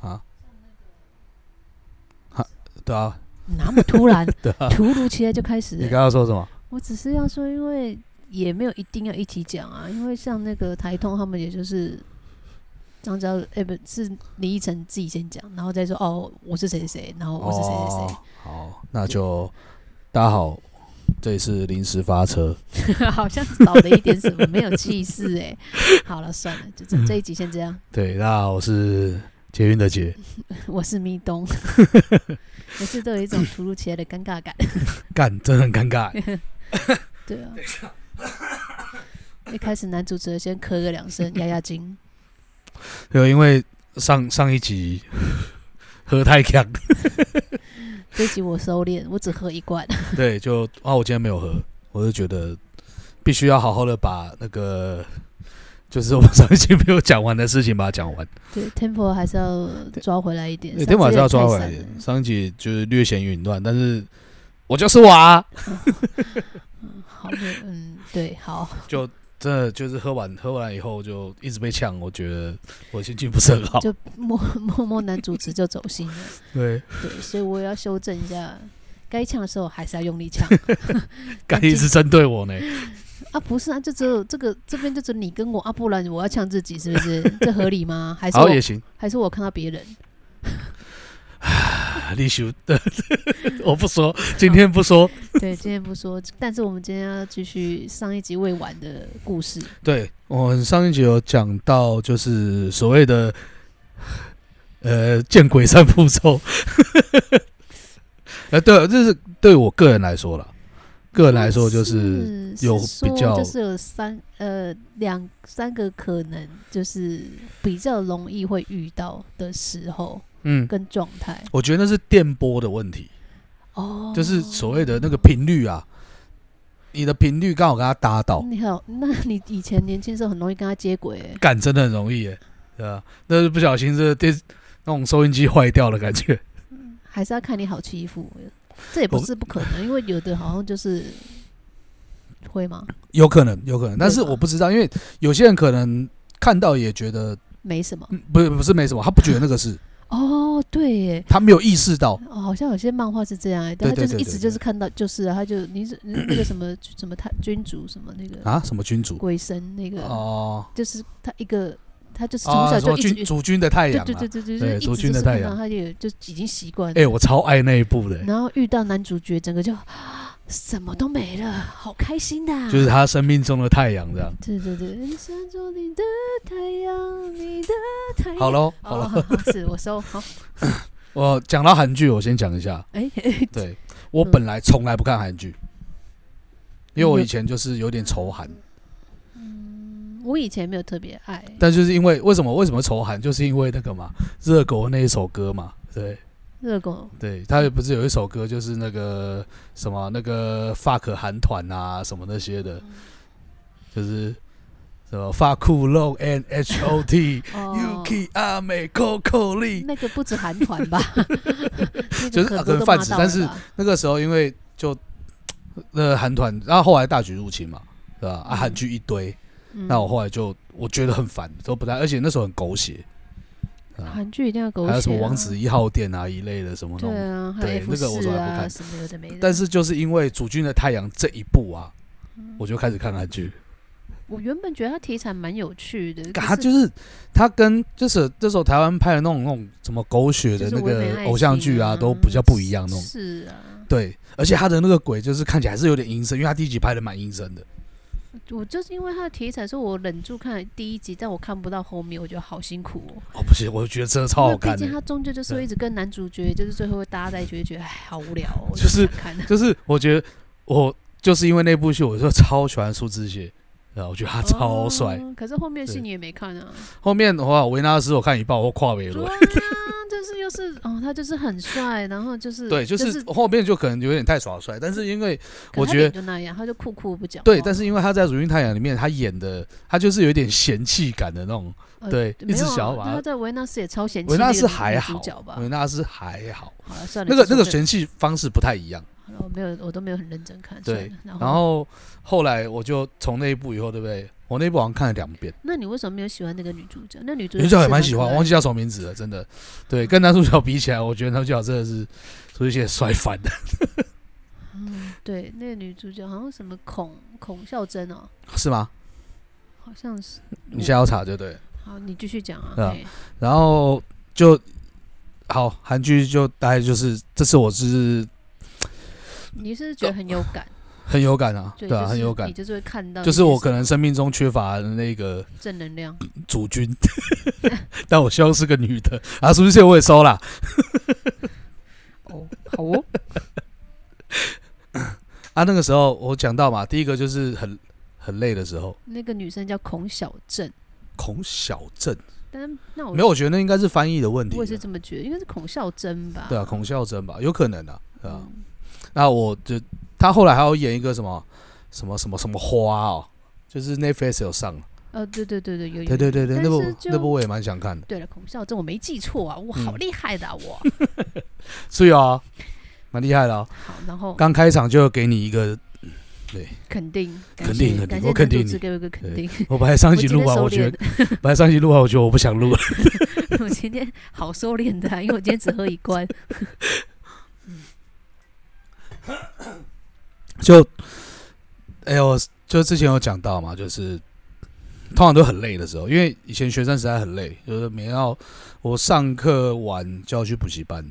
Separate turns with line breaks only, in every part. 啊对啊，
哪么突然
对啊。
突如其来就开始
你
了？
刚刚说什么？
我只是要说，因为也没有一定要一起讲啊，因为像那个台通他们也就是张家，哎、不是李依晨自己先讲，然后再说哦我是谁谁谁，然后我是谁谁谁
哦。好，那就大家好，这里是临时发车。，哦
好像少了一点什么，没有气势哎。好了，算了，就这这一集先这样。
对，那我是捷运的捷，
我是咪东， 每次都有一种突如其来的尴尬感。
干，真的很尴尬。
对啊，一开始男主持人先咳个两声压压惊，
对，因为上上一集 喝太强，
这集我收敛，我只喝一罐。
对，就啊，我今天没有喝，我就觉得必须要好好的把那个就是我们上一集没有讲完的事情把它讲完。
对，tempo 还是要抓回来一点，
那天晚上要抓回来一点，上一集就是略显混乱，但是我就是我啊，
嗯好，嗯，对，好，
就真的就是喝完喝完以后就一直被呛，我觉得我心情不是很好。
就默默默男主持就走心了。
对，
对，所以我也要修正一下，该呛的时候还是要用力 呛
干一直针对我呢，
啊！不是啊，就只有这个这边就只有你跟我啊，不然我要呛自己是不是？这合理吗？ 还是
好
我
也行，
还是我看到别人？
立修， 我不说，今天不说。
对，今天不说，但是我们今天要继续上一集未完的故事。
对我们上一集有讲到，就是所谓的呃见鬼三步骤。 呃，对，这是对我个人来说啦，个人来说就是有比较
说就是有三呃两三个可能，就是比较容易会遇到的时候
嗯，
跟状态
我觉得那是电波的问题，
哦，
就是所谓的那个频率啊，你的频率刚好跟它搭到，
哦你好，那你以前年轻的时候很容易跟他接轨、欸，
干真的很容易耶，对吧、那是不小心这电那种收音机坏掉的感觉，
还是要看你好欺负。欸这也不
我
是不可能，因为有的好像就是会吗？
有可能，有可能，但是
对吧
我不知道，因为有些人可能看到也觉得
没什么
嗯，不是不是没什么，他不觉得那个是，
哦，对耶，
他没有意识到。
哦，好像有些漫画是这样欸，
对
但他
对
就是
对
一
对
直
对
就是看到，就是啊，他就你是你那个什么什么他君主什么那个
啊，什么君主？
鬼神那个，
哦，
就是他一个他就是从
啊，
小
什
就
么
一直
君主君的太
对
阳
对
啊
对！对对，就
对
是
主
一直
君
就
的
是
太
看到
阳
他也就已经习惯了。
哎，我超爱那一部的，
然后遇到男主角，整个就 啊什么都没了，好开心的啊。
就是他生命中的太阳这样。
对对对，你闪着你的太阳，你的太阳。
好喽，
哦，
好了，
好，好是我收好。
我讲到韩剧，我先讲一下。
哎， 嘿
对我本来从来不看韩剧，因为
嗯
我以前就是有点仇韩，
我以前没有特别爱，
但就是因为为什么为什么仇韩，就是因为那个嘛，热狗那一首歌嘛，对。
热狗
对，他也不是有一首歌，就是那个什么那个 fuck 韩团啊，什么那些的，
嗯
就是 什么 fuck long and h o t
哦。
yuki 阿美 coco 力。
那个不止韩团吧，那
就是
很
啊可
多
能
都
泛
骂
指
到
但
了
是
吧
那个时候因为就那韩团，然后后来大举入侵嘛，对吧？啊，
嗯
韩剧一堆，
嗯
那我后来就我觉得很烦，都不太，而且那时候很狗血，啊
韩剧一定要狗血啊，
还有什么王子一号店啊一类的什么那
对
种。
啊，还有
对
F
那个我从
四
来不
啊
看
什么有的没的。
但是就是因为《主君的太阳》这一部啊，
嗯
我就开始看韩剧。
我原本觉得它题材蛮有趣的，可
他
嗯是
就是他跟就是这时候台湾拍的那种那种什么狗血的
就
那
是唯美爱
个偶像剧啊，
情
都比较不一样那种。
是啊，
对，而且他的那个鬼就是看起来还是有点阴森，因为他第一集拍的蛮阴森的。
我就是因为它的题材，所以我忍住看了第一集，但我看不到后面，我觉得好辛苦哦。
哦，不行，我觉得真的超
因
好
为毕
看欸的
竟。它终究就是会一直跟男主角，就是最后大家在一起，就觉得哎，好无聊哦，我
就是
不想看。
就是我觉得我就是因为那部戏，我就超喜欢苏志燮，然后我觉得他 超帅。
哦可是后面戏
对
你也没看 啊。
后面的话，维纳斯我看一半，我跨维
对
伦。
啊，就是又是哦，他就是很帅，然后就是
对，就是是后面就可能有点太耍帅，但是因为
可
我
他
觉
脸
得
就那样，他就酷酷不讲话。
对，但是因为他在《如云太阳》里面，他演的他就是有点嫌弃感的那种，
呃
对，一
没
直
有啊
想要把
他
他
在维纳斯也超嫌弃
维纳
那个
斯
女
还
女
好
主角吧，
维纳斯还好，
好了算了，
那个
就
那
是
个
我
嫌弃方式不太一样，
然后没有，我都没有很认真看。算
对
了
然后后来我就从那一部以后，对不对？我那一部好像看了两遍，
那你为什么没有喜欢那个女主角？那女主
女主角也
是
蛮
蛮
喜
可
欢，
爱
忘记叫什么名字了，真的。对，跟男主角比起来，我觉得男主角真的是出现摔翻 的，
嗯，对，那个女主角好像什么孔孔孝真哦，
是吗？
好像是。
你现在要查对不对？
好，你继续讲啊。
对啊
嘿
然后就好，韩剧就大概就是这次我是
你是不是觉得很有 感，
很有感啊，
对
对啊，
就是
很有感
你，就是会看到一
就
些什么，
是我可能生命中缺乏的那个
正能量。
主 君，但我希望是个女的啊，是不是？我也收啦。
哦，好哦，
啊。那个时候我讲到嘛，第一个就是很很累的时候，
那个女生叫孔小正，
孔小正
但那我
没有，我觉啊得那应该是翻译的问题
哦我也。是这么觉得，应该是孔孝真吧？
对啊，孔孝真吧，有可能啊，对啊。
嗯
那我就他后来还要演一个什么什么什么什么花哦，就是 Netflix 有上，
呃，对对对对，有
对
有
对
有
对对，那
但
部
是就
那部我也蛮想看的。
对了，孔孝真我没记错啊，我好
嗯
厉害的 啊我。
是啊，蛮厉害的、啊。
好，然后
刚开场就给你一个，
肯定，感
肯定
谢
肯定
感
我
谢
肯定
男主
你
只给我一个肯定。
我本来上
我
一集
今
录
天
完，
收
我觉
敛
得本来上一集录完，我觉得我不想录了。
的， 我今天好收敛的啊，因为我今天只喝一罐。
就，哎呦，就之前有讲到嘛，就是通常都很累的时候，因为以前学生时代很累，就是每天要我上课晚就要去补习班，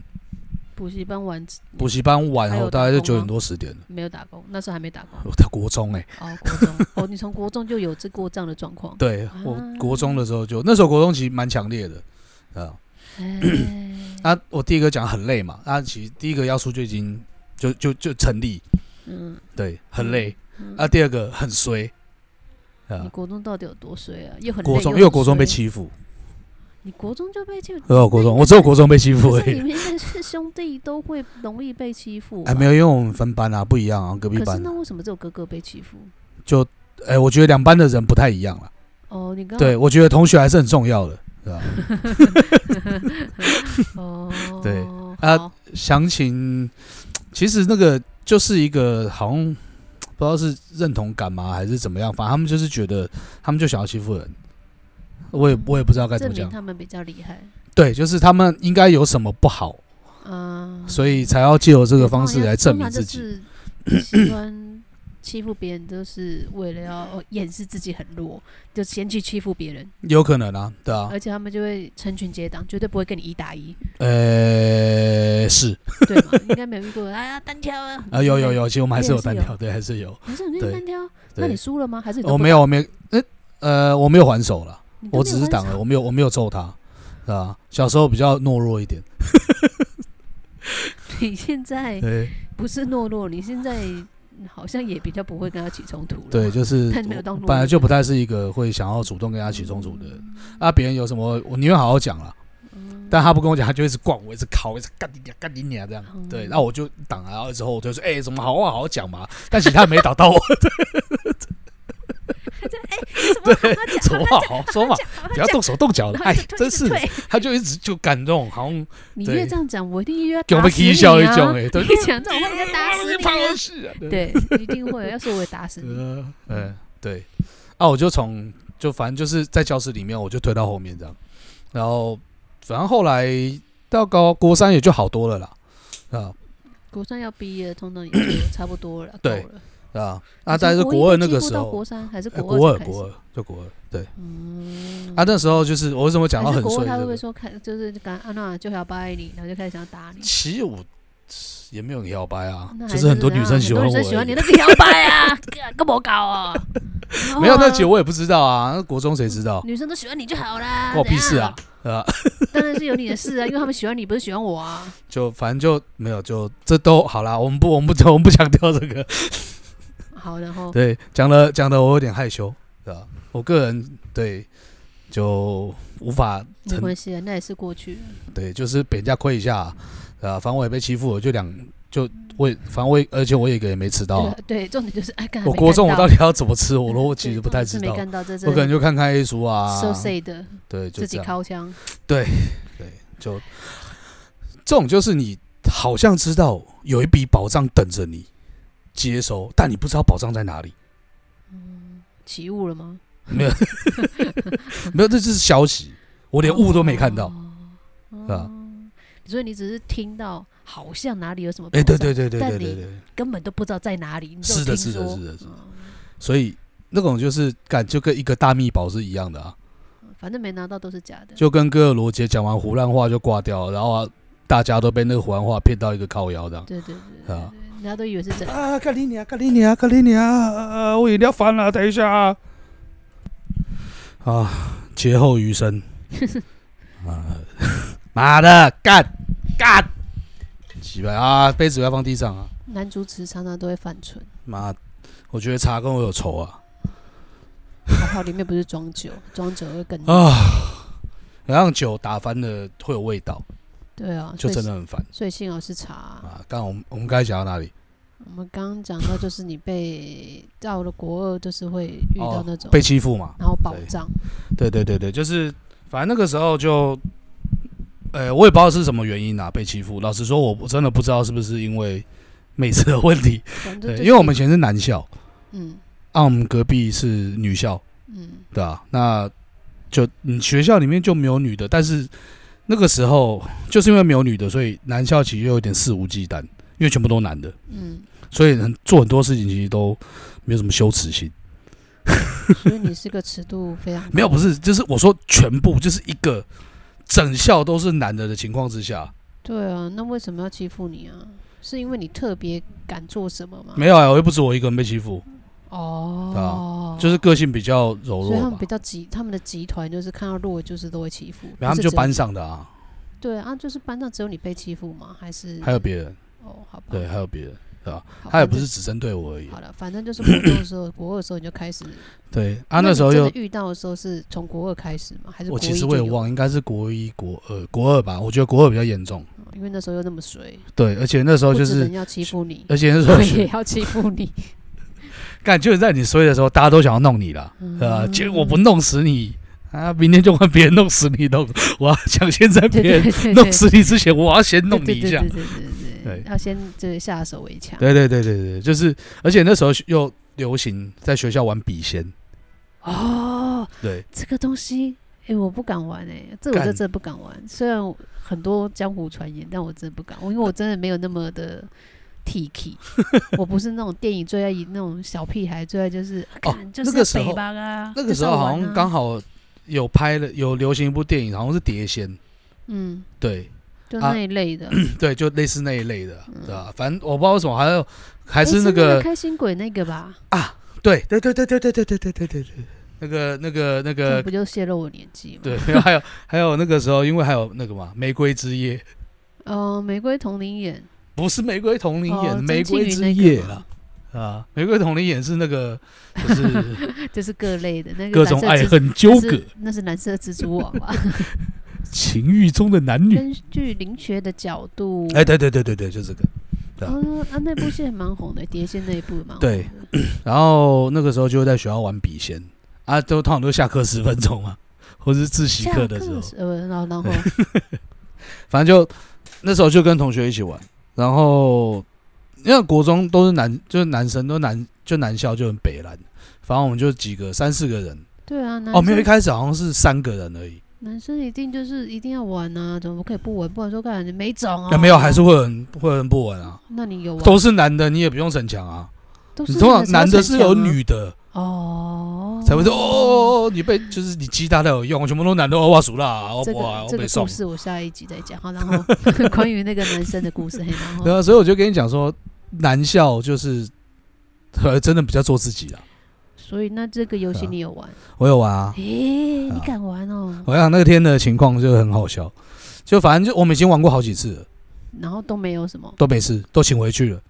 补习班完
补习班晚
还有
后大概就
打工
九
吗
点多十点了。
没有打工，那时候还没打 工。
我在国中哎、
哦，国中哦，你从国中就有这过这样的状况。
对我
啊
国中的时候就那时候国中其实蛮强烈的啊。
哎
那、我第一个讲很累嘛，那、其实第一个要素就已经就就就成立，
嗯，
对，很累。
嗯
啊，第二个很衰，
你
啊，
国中到底有多衰啊？又很累
国中
又
因为我国中被
很衰，
欺负，
你国中就被欺 负。
对啊，我国中我只有国中被欺负
可
而
是
已
你。们那是兄弟都会容易被欺负吧，
哎，没有，因为我们分班啊，不一样啊，隔壁
可是
班
那为什么只有哥哥被欺负？
就，哎，我觉得两班的人不太一样了。
哦，你刚
对，我觉得同学还是很重要的，对吧？
哦，
对啊
啊，
详情其实那个就是一个好像不知道是认同感吗，还是怎么样，反正他们就是觉得他们就想要欺负人，我也我也不知道该怎
证
么
明
讲。
他们比较厉害，
对，就是他们应该有什么不好，
嗯，
所以才要借由这
这
个方式来证明自己。。
喜欢欺负别人，都是为了要掩饰自己很弱，就先去欺负别人，
有可能啊，对啊，
而且他们就会成群结党，绝对不会跟你一打一，
呃，是
对吗？应该没有遇过啊，单挑啊，
啊，有有，有，其实我们还是有
对还
单
是有
挑，对，还是有。
还是你
对
单挑，那
对
你，输了吗？还是
我没有，我没有，呃呃，我没有还手了，
有
我只是挡了，我没有，我没有揍他，对啊，小时候比较懦弱一点，
你现在
对
不是懦弱，你现在好像也比较不会跟他起冲突了。
对，就是
但没有到懦弱
本来就不太是一个会想要主动跟他起冲突的
嗯
人。啊，别人有什么，我宁愿好好讲了。但他不跟我讲，他就一直灌我，一直考，一直干你娘，干你娘这样。
嗯
对，那我就挡啊，然后之后我就说，哎、怎么好话好好讲嘛？但其实他也没打到我，
对，
什么话好 说嘛，不
不
要动手动脚的，哎
然后
真
一直，退一直
是的
退，
他就一直就感动，好像
你
对
越这样讲，我一定越要
给我
打
们
死
踢
你
笑一
啊
种， 哎，对
你讲这种话，我要打死
怕 我
你
死啊！
啊！
对，
对，一定会，要是我也打死你。
呃，哎对，啊，我就从就反正就是在教室里面，我就推到后面这样，然后反正后来到高国三也就好多了啦，啊
国三要毕业，通常也就差不多了，够
对
了。
啊
你
啊！
从
但是
国
国二
一被
那个
欺负
时
到
候
国，三还是
哎
国
二
才开
国二
始
就国二，对
嗯
啊，那时候就是我为什么讲到
还是
很
国
衰
二他会
这
不会
个？
说看就是敢安娜就要不爱你，然后就开始想打 你？
其实我也没有很摇摆啊
那，还
就是很多
怎
女
样
生喜欢
很
我而
多女生喜欢
已
你，。那是摇摆 啊，干跟我搞啊！然后
没有，那
啊
姐我也不知道啊，那国中谁知道？
女生都喜欢你就好啦，
关我屁事
怎
啊
样！！
啊，
当然是有你的事啊，因为他们喜欢你，不是喜欢我啊。
就反正就没有，就这都好啦。我们不，我们不，我们不强调这个。
好，然后
对，讲了讲的我有点害羞，对吧？我个人对就无法
没
承
关系啊，那也是过去了。
对，就是被人家亏一下，啊，反正我也被欺负，我就两就我也反正我也而且我也一个也没吃到啊、
对 对，重点就是哎，干
我国中我到
底
底要怎么吃，我都其实不太知
没
道。
干到，这
我可能就看看 A 书啊，
so say 的
对，就这
自己
样。
掏枪，
对，就这种就是你好像知道有一笔保障等着你接收，但你不知道保障在哪里。
起雾了吗？
没 有， 没有，这就是消息，我
我
连雾都没看到。
哦，
是吧
哦所以你只是听到好像哪里有什么，
哎、对，对对对
但
对
你
对对，
根本都不知道在哪里。你只有
是的，
听
是的，
说
是的，是的。
嗯
所以那种就是感，就跟一个大密保是一样的啊，
反正没拿到都是假的。
就跟哥尔罗杰讲完胡乱话就挂掉，然后、啊、大家都被那个胡乱话骗到一个靠腰这样。
对对对对
啊
对，人家都以为是真的。
啊，咖喱你啊，咖喱你啊，咖喱你啊！啊我饮料翻了，等一下啊！啊，劫后余生，啊， 妈的，干干！起来啊，杯子不要放地上啊！
男主持常常都会犯蠢，
妈，我觉得茶跟我有仇啊
还好里面不是装酒，装酒会更
啊！让酒打翻了会有味道，
对啊，
就
所以
真的很烦
所以幸好是茶啊。
啊！刚我们我们刚才讲到哪里？
我们刚刚讲到，就是你被到了国二，就是会遇到
哦
那种，
被欺负嘛？
然后保
对
障，
对对对对，就是反正那个时候就，呃，我也不知道是什么原因啊，被欺负。老实说，我真的不知道是不是因为妹子的问题，
反正
对，
就
因为我
是
们以前是男校，
嗯
啊，我们隔壁是女校，
嗯
对吧、那就你学校里面就没有女的，但是那个时候就是因为没有女的，所以男校其实又有点肆无忌惮，因为全部都男的，
嗯，
所以很做很多事情其实都没有什么羞耻心。
所以你是个尺度非常
没有，
高
不是，就是我说全部就是一个整校都是男的的情况之下。
对啊，那为什么要欺负你啊？是因为你特别敢做什么吗？
没有啊，我又不止我一个人被欺负，
哦，
就是个性比较柔
所以他
弱
们
嘛
比，较集，他们的集团就是看到弱就是都会欺负，
然后他们
不是
就
只有
班
你
上的啊，
对啊，就是班上只有你被欺负吗？还是
还有别人，
嗯哦，好吧，
对，还有别人，对吧？
好
他也
反
不
正
是只针对我而已，
好了，反正就是国中的时候，国二的时候你就开始。
对。啊，
你
那时候
真
又
的遇到的时候是从国二开始吗？还是
我
国
其
一
实
就
我也
有
忘，应该是国一、国二、国二吧，我觉得国二比较严重，
了，因为那时候又那么水，
对，而且那时候就
不止
是呃
人。要欺负你，
而且那时候
我也
学，
要欺负你，
干就是在你衰的时候，大家都想要弄你了， 对啊吧？呃结果
嗯
不弄死你啊，明天就换别人弄死你，弄 我要抢先在别
对对
人
对对，
弄死你之前，我要先
对
弄你一下
对。对对对对
对
对，要先就是下手为强。
对对对对对，就是，而且那时候又流行在学校玩笔仙，
哦，
对，
这个东西，哎，我不敢玩哎，这我
干
这真的不敢玩。虽然我很多江湖传言，但我真的不敢，我因为我真的没有那么的。T K，我不是那种电影最爱那种小屁孩最爱就是，
哦
看就是
那个时候
北吧啊，
那个
就是
时候
要
好
玩
像
啊
刚好有拍了有流行一部电影，好像是碟仙，
嗯，
对
就
啊
那一类的，
对，就类似那一类的，对吧？反正我不知道为什么，还有还
诶
是那个，
开心鬼嗯那个吧？
对对对对对对对对对对对对，那个那个那
这
个，
不就泄露我年纪吗？
呃对，， 没有还有还有那个时候，因为还有那个嘛，《玫瑰之夜》
呃，玫瑰同龄眼，
不是《玫瑰同林演》，
哦
《
曾
玫
庆
瑰
云
之
那个
夜》
吗
啦。啊，《玫瑰同林演》是那个，就是
就是各类的那个
各
蓝
种
色
爱
蜘蛛
恨纠
那
葛
是，那是蓝色蜘蛛网吧？
情欲中的男 女。
根据灵学的角度，
哎，对对对对对，就这个。对啊
哦，啊，那部戏也蛮红的，碟仙那一部也蛮红的
对，然后那个时候就会在学校玩笔仙啊，都通常都下课十分钟嘛， 或是自习
下
课
课
的时候，
时呃，然后然后
反正就那时候就跟同学一起玩。然后因为国中都是男，就是男生都男，就男校就很北蓝，反正我们就几个三四个人
对 啊，男
哦，没有一
生
开始好像是三个人而已，
男生一定就是一定要玩啊，怎么可以不玩？不然说干你没种
那
啊？
没有还是会有人会有人不稳啊，
那你有玩？
都是男的你也不用逞强啊，
都是
你通常男的
的
是有女的。
啊哦，
才会说哦，哦你被就是你鸡蛋都有用，全部都男的哦哇熟啦，啊我
哦这
不
个
我
这
被
个
送
故。事我下一集再讲。好，然后 关于那个男生的故事，嘿，然
对
后
啊，所以我就跟你讲说，男校就是呃真的比较做自己啦。
所以那这个游戏你有玩？
我有玩啊，
诶，你
啊
敢玩哦？
我想那天的情况就很好笑，就反正就我们已经玩过好几次了，
然后都没有什么，
都没事，都请回去了，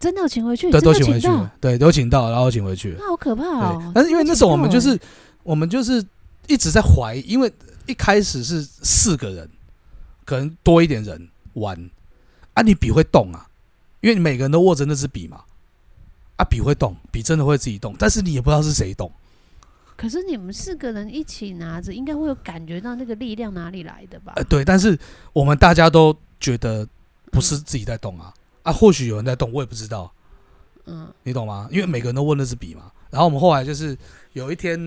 真的有请回去，
对，
哎真
都
的
请回
请
去
到
了，，对，都请到，然后请回去了。
那好可怕哦
对，！啊但是因为那时候我们就
真的
是我们就是一直在怀疑，因为一开始是四个人，可能多一点人玩啊，你笔会动啊，因为你每个人都握着那支笔嘛，啊，笔会动，笔真的会自己动，但是你也不知道是谁动，
请到，可是你们四个人一起拿着，应
啊
该会有感觉到那个力量哪里来的吧
呃，？对，但是我们大家都觉得不是自己在动啊啊，或许有人在动，我也不知道，
嗯，
你懂吗？因为每个人都问那支笔嘛。然后我们后来就是有一天，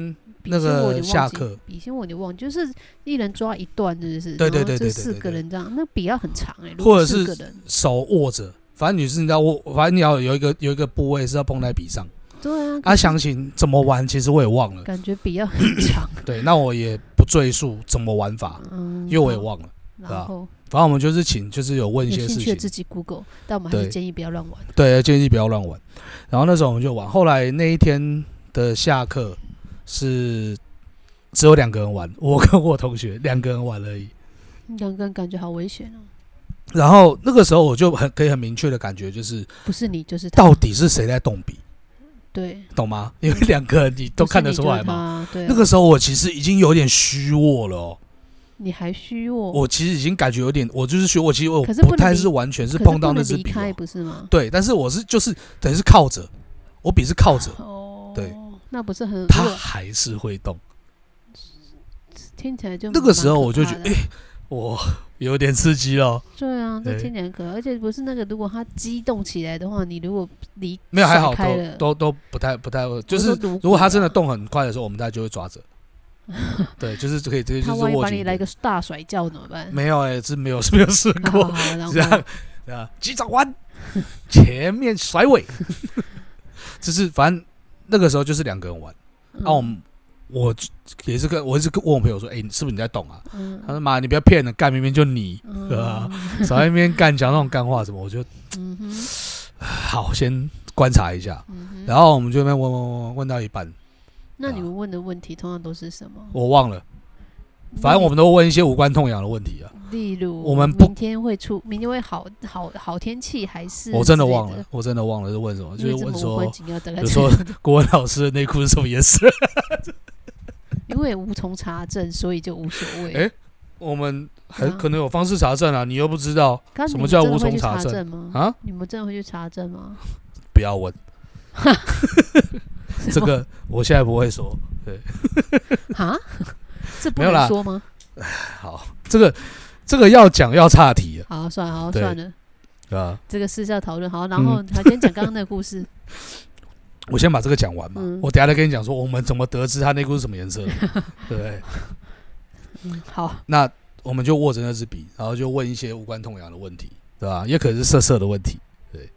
笔
那
仙我
个
有点
下
忘记
课，
笔仙我有点忘记，就是一人抓一段，是不是？
对对
然后
对
就
对对
四
对
个
对
人这样，那笔要很长哎、如
或
果
者
四
是
个人，
手握着，反正你是你要握，反正你要有一个有一个部位是要碰在笔上。
对啊，
啊，
感
详情怎么玩，其实我也忘了。
感觉笔要很 长，
对，那我也不赘述怎么玩法，
嗯，
因为我也忘了。
然
对
后。
啊
然后
反正我们就是请，就是有问一
有
些
兴
事
趣的
情，
自己 Google，但我们还是
对
建议不要乱玩。
对，建议不要乱玩。然后那时候我们就玩，后来那一天的下课是只有两个人玩，我跟我同学两个人玩而已。
两个人感觉好危险哦，
然后那个时候我就很可以很明确的感觉，就是
不是你就是他，
到底是谁在动笔，
对，
懂吗？因为两个人你都
不是
看得
你
出
就是
来嘛。
他？对啊，
那个时候我其实已经有点虚弱了哦，
你还虚弱，
我其实已经感觉有点，我就是虚弱，我其实我
哦可是不能
不太
离
是完全
可
是
是
碰
不
到那
能
支
离
笔哦、
开不是吗？
对，但是我是就是等于是靠着，我笔是靠着，
哦，
对，
那不是很
它
如果
还是会动。
听起来就
那个
蛮
时候
可
我就
怕
觉得
的，
我有点刺激了，
对啊，这
哎
听起来很可怕，而且不是那个，如果他激动起来的话，你如果离
没有还好，
甩开了
都都都不太不太会，就
我
是
说如
如果它真的
啊，
动很快的时候，我们大家就会抓 着。对，就是可以直接就
他
是
万一
握
把
紧
你
一
来
点。
个大甩叫怎么办？
没有哎、是没有 是没有试
好
过
好，好 然
这样
后
对啊，急转弯，前面甩尾， 就是反正那个时候就是两个人玩。
嗯
那、我们我也是跟我也是跟问我朋友说，哎、你是不是你在动啊？
嗯
他说妈，你不要骗人，干明明就你。
嗯
对啊，少在那边干讲那种干话什么，我就
嗯哼，
好先观察一下。
嗯哼，
然后我们就在那边问问问问问到一半，
那你
啊
们问的问题通常都是什么？
我忘了，反正我们都问一些无关痛痒的问题啊。
例如，
我们不
明天会出，明天会好好好天气还嗯是？
我真的忘了，，我真的忘了是问什么，
因
就
为
是
这
问
么无关
说
紧要的来
有说 国文老师的内裤是什么颜色？
因为无从查证，所以就无所 谓。
哎我们还
对啊
可能有方式查证啊，你又不知道
刚
什
你
么
们
叫
真的
无
会
从
去
查
查
证
吗？
啊？
你们真的会去查证吗？
不要 问，这个我现在不会说。
哈， 这不
没有
能
啦
说吗？
好，这个这个要讲要岔题了
好，算了，好
对嗯
算了，
啊，
这个私下讨论。好，然后他先讲刚刚那个故事。
我先把这个讲完嘛
嗯，
我等一下再跟你讲说我们怎么得知他内裤是什么颜 色的，对不对？
嗯，好，
那我们就握着那支笔，然后就问一些无关痛痒的问题，对吧？也可能是色色的问题，对，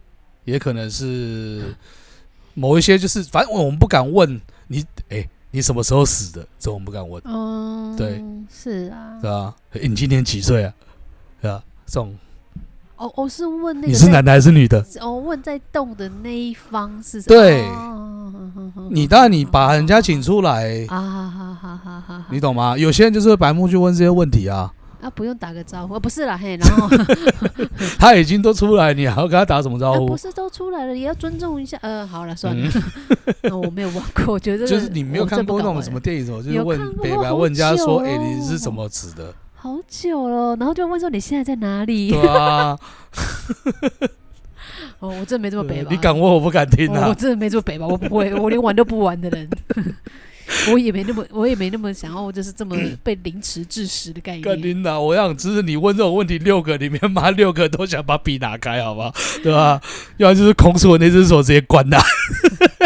也可能是某一些就是，反正我们不敢问你，哎、你什么时候死的？这我们不敢问，
嗯，
对，
是啊
对。吧？诶你今年几岁啊？对吧？这种
哦，哦，是问那个
你是
在
男的还是女的？
哦，问在动的那一方是什么？
对
哦哼哼哼
你
哼
当然
哼
你
哼
把人家
哼
请
哼
出来，
啊，好好好好好好，
你懂吗？有些人就是会白目去问这些问题啊，
啊，不用打个招呼，啊不是啦，嘿，然后
他已经都出来，你还要跟他打什么招
啊，
呼
不？是都出来了，也要尊重一下。呃，好了，算了， 那我没有玩过，我觉得
嗯就是你没有
我真
看
不
过那
敢
种
玩
什么电影什么，就是
有
问
看过
北白
好
问人家说，
久
哎、你是
哦
怎么指的？
好久了，然后就问说你现在在哪里？
对 啊，
哦，我真的没这么北吧？
你敢问我不敢听
哦？我
啊？
真的没这么北吧？我不会，我连玩都不玩的 人。我也没那么，我也没那么想要，就是这么被凌迟致死的 概
敢
念。
听啊！我想，只是你问这种问题，六个里面妈六个都想把笔拿开，好吧？ 对吧、要不然就是空出我那只手直接关他。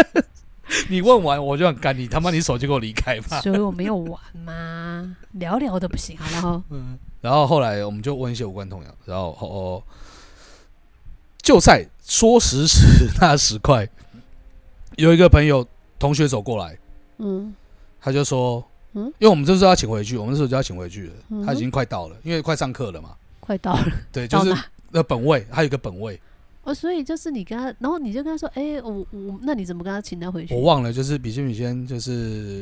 你问完我就想干你他妈，你手就给我离开 吧。
所以我没有玩 嘛，聊聊都不行啊。然后，
然后后来我们就问一些无关痛痒，然后哦，就在说时迟那时快， 有一个朋友同学走过来，
嗯
他就说，
嗯
因为我们这时候要请回去，我们这时候就要请回去了，
嗯哼
他已经快到了，因为快上课了嘛，
快到了，
对，就
到
是
哪？
呃本位，还有一个本位，
哦，所以就是你跟他，然后你就跟他说，哎、我我那你怎么跟他请他回去？
我忘了，就是比心比先，就是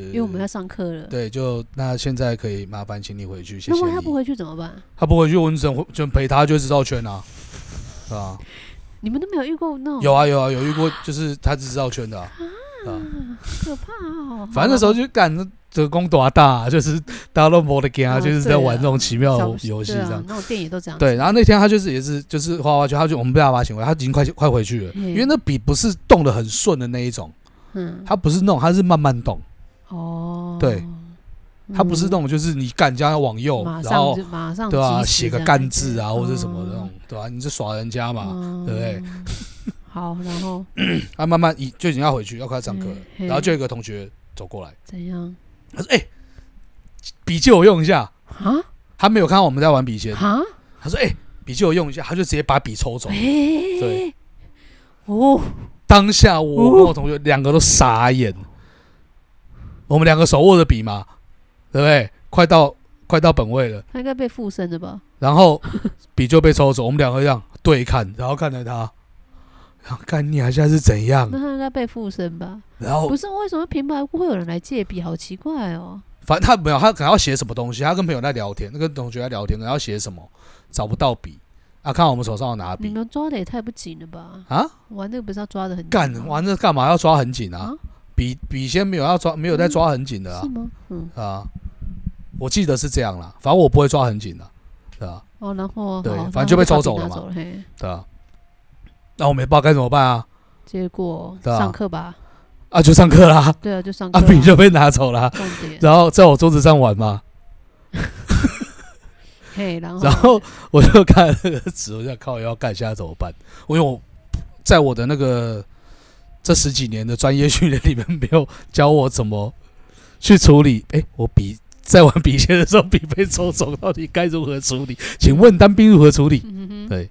因为我们要上课了。
对，就那现在可以麻烦请你回去，谢
那
谢
万一
你。
他不回去怎么办？
他不回去，我们只能就陪他，就知道圈啊，是吧、
你们都没有遇过那种
有啊有啊有遇过，就是他只知道圈的、啊，啊
可怕哦。
反正那时候就干那这个工多大、啊，就是大家都没得干啊，
啊
就是
对
在玩
啊
这种奇妙的
小
游戏
对
这样
啊。，那种电影都这样。，
对，然后那天他就是也是就是花花圈，他就我们被他把他请回来，他已经快快回去了，
嗯
因为那笔不是动的很顺的那一种，
嗯，
他不是那种，他是慢慢动，
哦，
对，它不是那
动，
种就是你干人家往右，
马
然
上
后
就马上
对吧、
即时
写个
这样
干
子
字啊或者什么那种，对吧、啊你是耍人家嘛，
嗯
对不对？
好，然后
他慢慢一就已经要回去，要快要上课了，
嘿
然后就有一个同学走过来，
怎样
他说：“哎、笔借我用一下。
啊”
他没有看到我们在玩笔仙，
啊？
他说：“哎、笔借我用一下。”他就直接把笔抽走。
哎，哦，
当下我跟我同学两个都傻眼，我们两个手握着笔嘛，对不对？快到快到本位了，
他应该被附身了吧？
然后笔就被抽走，我们两个这样对看，然后看着他，然后看你啊现在是怎样
那，他应该被附身吧？
然后
不是，为什么平白无故会有人来借笔？好奇怪哦。
反正他没有，他可能要写什么东西，他跟朋友在聊天，跟同学在聊天，可能要写什么，找不到笔啊，看我们手上有拿
你
笔
们抓的也太不紧了吧？
啊，
玩那个不是要抓的很紧
干
吗
完了干嘛要抓很紧啊
啊？
笔笔先没有要抓，没有在抓很紧的啊
是，吗？嗯，
啊，我记得是这样啦，反正我不会抓很紧的，对啊，
哦，然后
对
好
反正就被抽
把笔
走
拿
了嘛
了嘿，
对啊，那我们也不知道该怎么办啊，
结果
对啊
上课吧，
啊就上课啦，
对啊，就上课
啊
啊。
笔就被拿走啦，
重 点，
然后在我桌子上玩嘛，
嘿，然后
然后我就看那个纸，我就想靠要干，现在怎么办？我因为我在我的那个这十几年的专业训练里面，没有教我怎么去处理。诶，我笔在玩笔仙的时候，笔被抽走，到底该如何处理？请问单兵如何处理？
嗯哼哼
对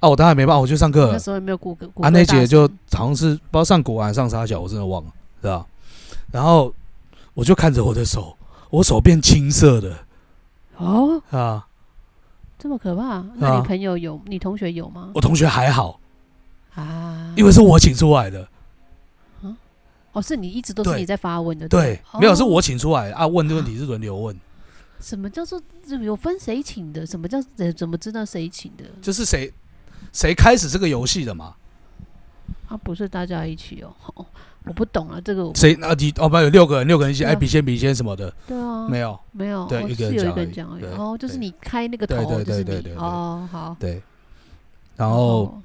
啊，我当然没办法，我去上课
那
了。
时候有没有谷歌？谷
啊，
歌
那
大
节就
神
好像是不知道上古玩还是上沙小，我真的忘了，对吧？然后我就看着我的手，我手变青色的
哦，
啊。
这么可怕？那
啊
你朋友有，你同学有吗？
我同学还好，
啊，
因为是我请出来的。
哦，是你一直都是
对
你在发问的，
对，
哦
没有是我请出来的啊，问的问题是轮流问，
什么叫做有分谁请的？什么叫怎怎么知道谁请的？
就是谁谁开始这个游戏的嘛？
啊，不是大家一起哦， 哦我不懂啊，这个我
谁啊？你哦，不有六个人，六个人一起，
对啊
哎，笔仙笔仙什么的，
对啊，
没有。
没有，
对
哦
一
是
个人
有
讲
一个
而
人
已
讲而已，
对
哦，就是
对
你开那个
对
头，
对
就
对对
是
对对
你，哦，好，
对，然
哦
后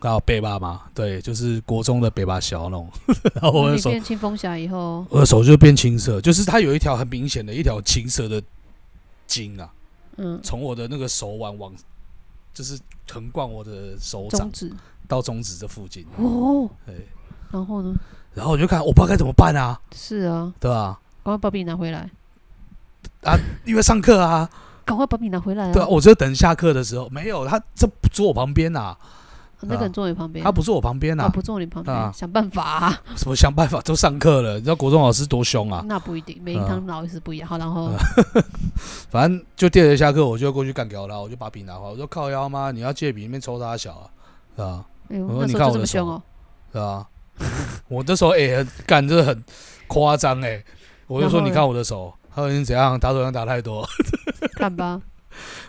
刚好北巴嘛，对，就是国中的北巴小那种， 然后我
哦那
的
你
手
变清风侠以后，
我的手就变青色，就是它有一条很明显的一条青色的筋啊，
嗯，
从我的那个手腕往就是横贯我的手掌
中指
到中指这附近，
哦，
对，
然后呢？
然后我就看我不知道该怎么办啊，
是啊，
对吧？
赶快把笔拿回来，
因为上课啊，
赶快把笔拿回来
对啊，
啊！
我就等下课的时候，没有他这不坐我旁边呐、
那个人坐你旁边，
啊他不坐我旁边呐、
啊，不坐你旁
啊
边，想办法啊。
什么想办法都上课了，你知道国中老师多凶啊，
那不一定，每一堂老师不一样。好，然后
反正就第二节下课我就过去干掉他，我就把笔拿回来，我说靠腰吗？你要借笔，里面抽他小啊，是啊，
哎呦
我说
那
你
时
看
候就
我
这么
的
凶
手
哦，
是啊， 我那时候哎、很干真的很夸张哎，我就说
然后呢
你看我的手，他说你怎样打手枪打太多，
看吧。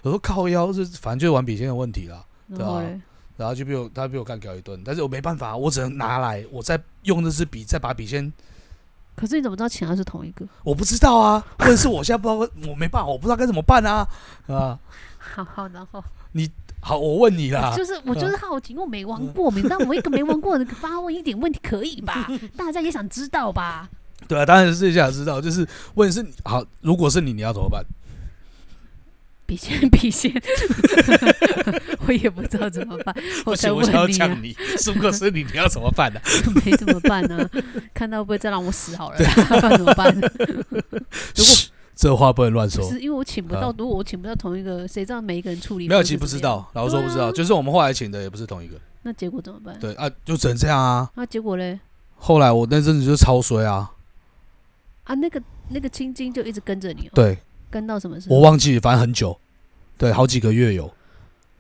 我说靠腰是反正就是玩笔仙的问题啦。对
然
啊
后嘞，
然后就被我他被我干掉一顿，但是我没办法，我只能拿来，我再用那支笔再把笔先
可是你怎么知道请他是同一个？
我不知道 啊，或者是我现在不知道，我没办法，我不知道该怎么办啊啊！
好好，然后
好，我问你啦，
就是我就是好奇，因为我没玩过，你让我一个没玩过的发问一点问题可以 吧？大家也想知道吧？
对啊，当然是想知道，就是问是你好，如果是你，你要怎么办？
笔 仙，笔仙，我也不知道怎么办，
不
才
行，
问
我想要
你啊
呛，你， 如果是你，你要怎么办呢、啊
没怎么办呢？ 看到会不会再让我死好了？ 不
啊
然怎么办？如果
这话不能乱说
不，是因为我请不
啊
到，如果我请不到同一个，谁知道每一个人处理
没有，
方
其
式
实不
怎
知
么样，
道，老实说不知
对
道，
啊
就是我们后来请的也不是同一个，
那结果怎么办？
对啊，就只能这样啊。
那结果嘞？
后来我那阵子就超衰啊，
啊，那个那个青筋就一直跟着你、哦，，
对
跟到什么时
我
候？
忘记，反正很久，对，好几个月有，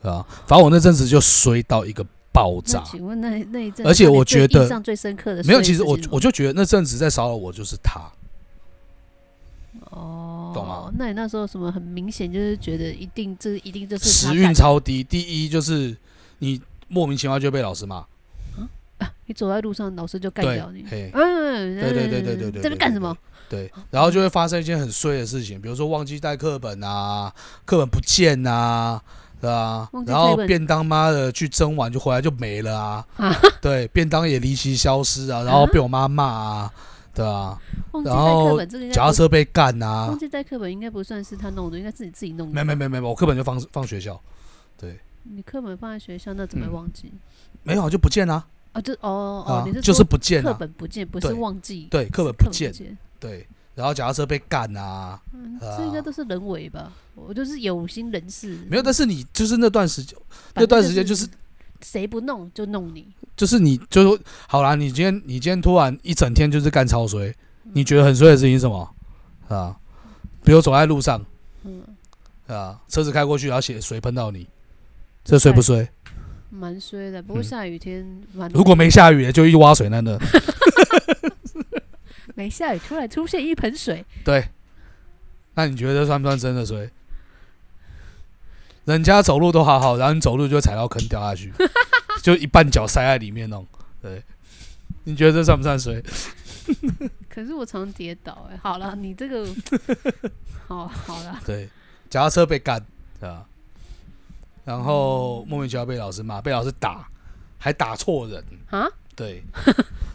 啊，反正我那阵子就衰到一个爆
那
炸。
请问那那一阵，
而且我觉得
印象最深刻的
没有，
睡
其实
是
我
什么
我就觉得那阵子在骚扰我就是他，
哦，
懂吗
那你那时候什么很明显就是觉得一定这一定就是他
时
干
运
的
超低。第一就是你莫名其妙就被老师骂，
啊，你走在路上老师就干
对
掉你，，
嘿，
嗯，
对对对对对对
这边干什么？
对，然后就会发生一件很衰的事情，比如说忘记带课本啊，课本不见啊，对啊
忘，记
然后
课本
便当妈的去蒸完就回来就没了啊
啊，
对，便当也离奇消失啊，然后被我妈骂啊，对啊，
忘记
然
带课
后
本，这个应该
脚踏
不
车被干啊
忘，记带课本应该不算是他弄的，应该自己自己弄的。
没没，没没没，我课本就放放学校，
你课本放在学校，那怎么会
嗯
忘记？
没有啊就不见啊
哦，就哦哦
啊，
你是
就是
说
不见
课
啊，
本不见，不是
对
忘记，
对，课本
是
不见，对，然后脚踏车被干啊，
嗯，
啊
这应该都是人为吧？我就是有心人士，
没有，但是你就是那段时间，
反
那
正
段时间嗯就是
谁不弄就弄你，
就是你就是好啦，你今天你今天突然一整天就是干超衰，你觉得很衰的事情是什么啊？比如走在路上
嗯，
啊，车子开过去，然后血水喷到你，这衰不衰？
蛮衰的。不过
嗯
下雨天蛮，
如果没下雨，就一洼水在那，
没下雨，突然出现一盆水，
对，那你觉得算不算真的衰？人家走路都好好，然后你走路就踩到坑掉下去，就一半脚塞在里面弄，对，你觉得这算不算衰？
可是我常常跌倒、哎，好了，你这 个，好好了，
对，脚踏车被干，对吧？然后莫名其妙被老师骂，被老师打，还打错人。
啊，
对，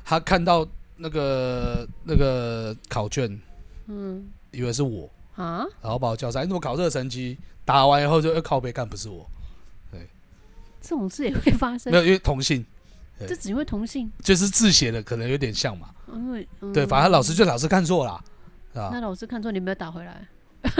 他看到那个那个考卷，
嗯，
以为是我，
啊，
然后把我叫上来，你怎么考这个成绩？打完以后就呃靠背干，不是我，
这种事也会发生
没，有，因为同性对
这只因为同性，
就是字写的可能有点像嘛。
因为、嗯、
对，反正老师就老师看错啦，啊
那，老师看错，你没有打回来。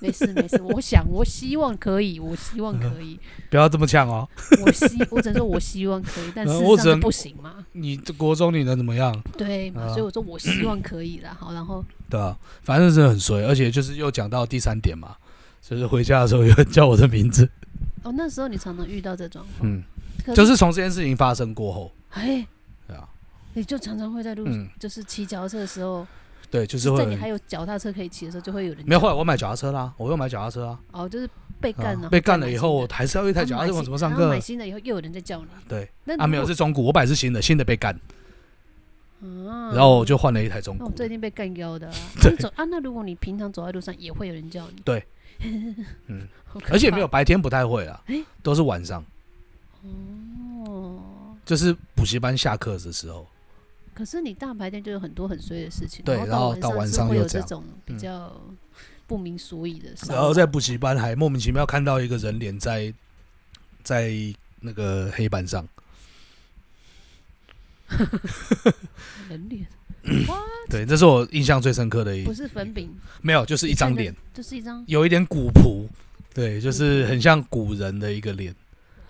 没事没事，我想，我希望可以，我希望 可以，
不要这么呛哦。
我希，我只能说我希望可 以，但事
呃
实
我
上
只
是
能
不行嘛，
你这国中你能怎么样？
对嘛，
啊
所以我说我希望可以啦。好，然后
对啊，反正真的很衰，而且就是又讲到第三点嘛，就是回家的时候有人叫我的名字，
哦，那时候你常常遇到这状况，
嗯。
可
就是从这件事情发生过后，
哎，
对啊，
你就常常会在路，
嗯，
就是骑脚踏车的时候，
对，就是
就
会
在
有
你
人
还有脚踏车可以骑的时候，就会有人
没有。
叫
后来我买脚踏车啦，我又买脚踏车啊，
哦，就是被干
啊
了，
被干了以后，我还是要一
一
台脚踏车，我怎么上
啊买
课？
新哦的以后又有人在叫你，
对，
那
啊，没有
如
是中古，我买是新的，新的被干，
果啊，
然后我就换了一台中
那
古
我最
的，。
近被干腰的、啊 那
对
你走啊，那如果你平常走在路上，也会有人叫你。
对，嗯
好可怕，
而且没有白天不太会啦
诶，
都是晚上，
哦。
就是补习班下课的时候，
可是你大白天就有很多很衰的事情，
对然后
到
到晚
是
上
会
又
有
这
这
样
种比
嗯
较不明所以的事。
然后在补习班还莫名其妙看到一个人脸在在那个黑板上，
人脸
对，这是我印象最深刻的一
不，是粉饼，
没有，就是一张
看着
脸，
就是一张
有一点古朴，对，就是很像古人的一个脸。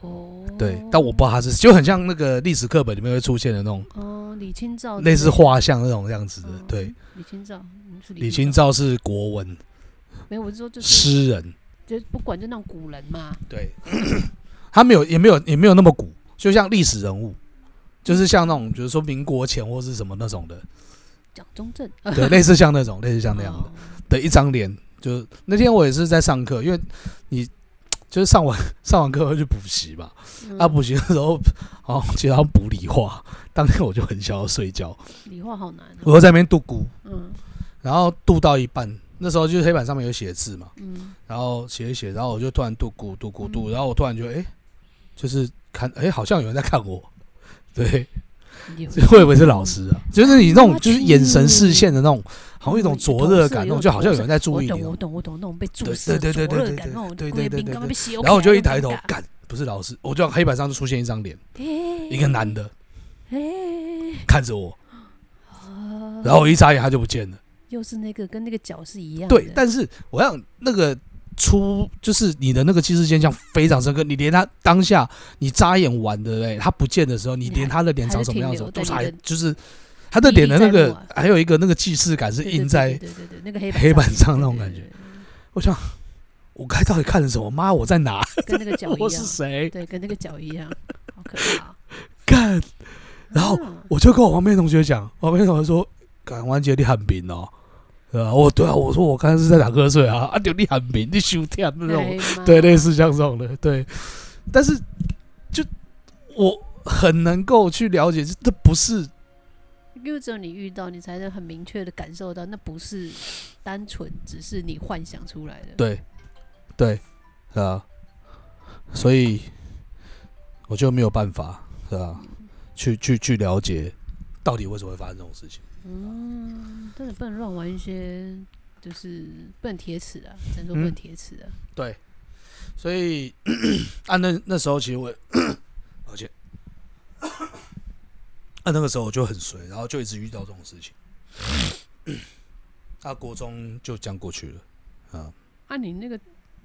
哦。
对，但我不知道他是，就很像那个历史课本里面会出现的那种
哦，李清照
类似
之
画像那种样子的
类的。。
对
嗯，，李清照嗯是
李
清
清。照是国文
没有，我是说就是
诗人，
就不管就那种古人嘛，
对， 他没有也没有也没有那么古，就像历史人物，就是像那种比如说民国前或是什么那种的，
蒋中正
对，类似像那种类似像那样的
哦
的一张脸。就是那天我也是在上课，因为你就是上完上完课会去补习嘛，
嗯
啊，补习的时候，好像其实要补理化，当天我就很想要睡觉，
理化好难哦。
我又在那边度孤，
嗯
然后度到一半，那时候就是黑板上面有写字嘛，
嗯，
然后写一写，然后我就突然度咕度咕度，然后我突然就哎、诶就是看哎、诶好像有人在看 我，对，
有
就会不会是老师啊？就是你那种就是
哦
眼神视线的那种，好像一种
嗯
灼热
投射
感，那
有
种就好像有人在
我
注意
懂
你
我
哦。
懂我懂那种被注
对
视
对对
灼
对
热
对
感
对
那种
对对
贵
对
宾
对
刚刚
对
被洗，
然后我就一抬头，干，不是老师，我就黑板上就出现一张脸，一
嗯
个男的
哎，
看着我，
啊
然后我一眨眼他就不见了。
又是那个跟那个脚是一样的，
对，但是我想那个出就是你的那个记事现象非常深刻，你连他当下你眨眼完的嘞，他不见的时候，你
你
连
还
他的脸
还
长
是
什么
停
样
留
子
在
都
你
还
的
就是他的
历
脸
历
的那
在
个
目啊
还有一个那个既视感是
对对
印
对
在
对，对对对那个黑
黑板上
上
那种感，
对
觉
对对
我想我该到底看了什么？妈，我在哪？
对跟那个脚
我
一
是
样，
谁？
对，跟那个脚一样，好可怕。
干！然后
啊
我就跟我旁边同学讲，我旁边同学说：“干完杰你很平哦。”对啊，我对啊，我说我刚才是在打瞌睡啊，啊，就你很平，你休天那种。
哎 妈
对，类似像这种的，对。但是就我很能够去了解，这这不是
因为只有你遇到，你才能很明确的感受到，那不是单纯只是你幻想出来的。
对对啊，所啊以我就没有办法是吧、去去去了解到底为什么会发生这种事情？
嗯，真的不能乱玩一些，就是不能铁齿啊，只能说不能
嗯
铁齿啊。
对，所以 啊，那那时候其实我， 抱歉，啊，那个时候我就很衰，然后就一直遇到这种事情。 啊，国中就这样过去了啊。
啊，你那个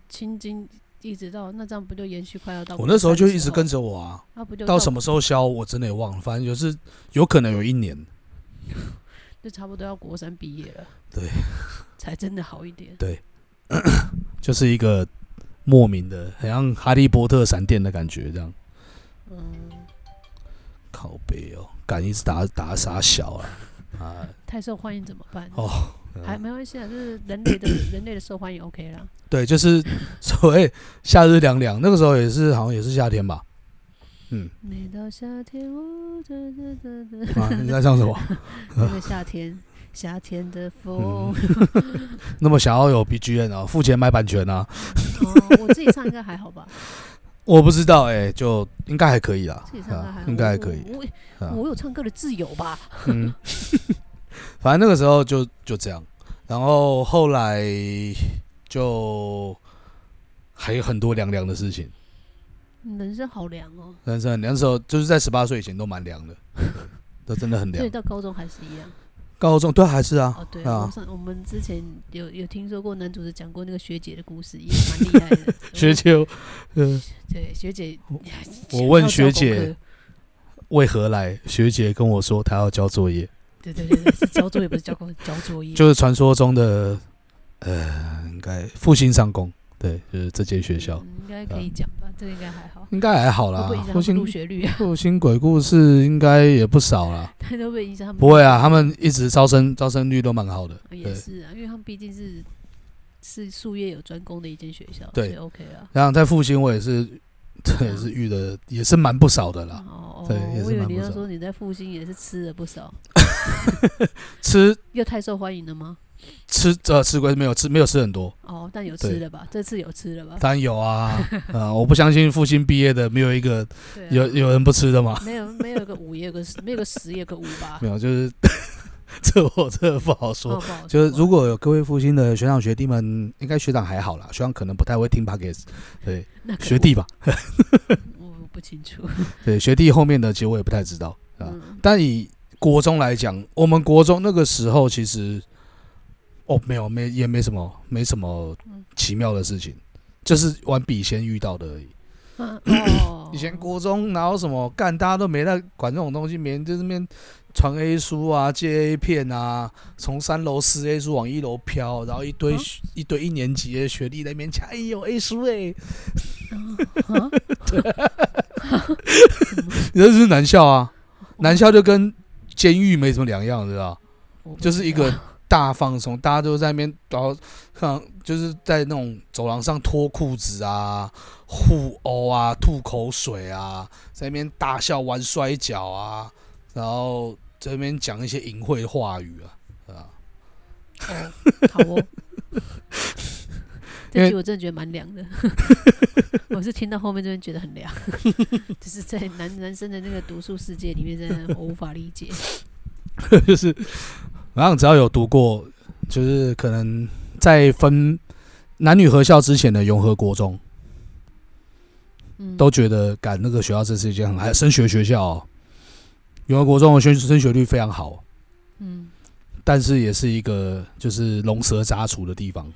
青筋一直到那这样不就延续快要到
我那时候就一直跟
着，
着我啊，
啊不就
到什么时候消我真的也忘了，反正就是有可能有一年。
嗯就差不多要国三毕业了，
对，
才真的好一点。
就是一个莫名的，很像哈利波特闪电的感觉，这样
嗯，
靠背哦，敢一直打打傻小啊啊
太受欢迎怎么办？
哦，
还没关系啊，就是人 类的人类的受欢迎 OK 啦。
对，就是 所谓夏日凉凉，那个时候也是好像也是夏天吧，嗯，
每到夏天，我哒哒哒
啊，你在唱什么？
哒， 那个夏天，夏天的风。
嗯那么想要有 BGM 啊，付钱买版权啊，
哦，我自己唱应该还好吧？
我不知道哎、就应该还可以啦
自己，唱应该还
啊
好，，
应该还可以，
我
啊
我我有唱歌的自由吧？
嗯， 反正那个时候就就这样，然后后来就还有很多凉凉的事情。
你人生好凉哦，
人生很凉的时候，就是在十八岁以前都蛮凉 的，都真的很
所
凉
以。到高中还是一样。
高中对还是啊，
哦，对，
啊。
我上我们之前有有听说过男主持讲过那个学姐的故事，也蛮厉害的
学姐，呃，
对学姐，哎
我问
要交
学
功
姐
课
为何来？学姐跟我说她要交作业，
对对对，对是交作业不是交功课，交作业。
就是传说中的，呃，应该复兴上工，对，就是这间学校，
嗯应该可以讲吧，这个应该还好。
应该还好
会
啦
不会影响。
复
他们
兴
入学率啊？
复兴鬼故事应该也不少啦，
他会不会影响他们？
不会啊，他们一直招生招生率都蛮好的，
也
对。
是啊，因为他们毕竟是是术业有专攻的一间学校，
对
所以 OK 啊。
然后在复兴我也是，
嗯
这 也是遇的也是蛮不少的啦，
哦，
对也是
我以为
蛮
你
不
要
少
说你在复兴也是吃了不少，
吃
又太受欢迎了吗？
吃呃吃亏没有吃没有吃很多，
哦，但有吃
对
了吧？这次有吃了吧？
当然有啊， 啊、我不相信复兴毕业的没有一个
对啊，
有有人不吃的嘛，
没有没有个五，也有个十，没有个十，也有个五吧
没。有，就是这我这不好说。
啊哦不好说
就是如果有各位复兴的学长学弟们，应该学长还好啦，学长可能不太会听 p o d c a s 对
那个
学弟吧，
我，我不清楚。
对学弟后面的其实我也不太知道啊。
嗯，
但以国中来讲，我们国中那个时候其实，哦，没有没也没什么没什么奇妙的事情，就是玩笔仙遇到的而已。
啊哦
以前国中哪有什么干，大家都没在管这种东西，每天就那边传 A 书啊、借 A 片啊，从三楼撕 A 书往一楼飘，然后一堆、
啊
一堆一年级的学弟在那边抢，哎呦 A 书哎、
啊
你这是男校啊，男校就跟监狱没什么两样，知道？
我不
就是一
知道
个大放松，大家都在那边，然后看就是在那种走廊上脱裤子啊、互殴啊、吐口水啊，在那边大笑、玩摔跤啊，然后在那边讲一些淫秽的话语啊，啊，
哦， 好 哦。
因
这
为
集我真的觉得蛮凉的， 我是听到后面这边觉得很凉， 就是在男男生的那个读书世界里面，真的我无法理 解。
就是，然后只要有读过，就是可能在分男女合校之前的永和国中，
嗯，
都觉得赶那个学校这是一件很还升学学校、哦，永和国中的升升学率非常好。
嗯，
但是也是一个就是龙蛇杂处的地方。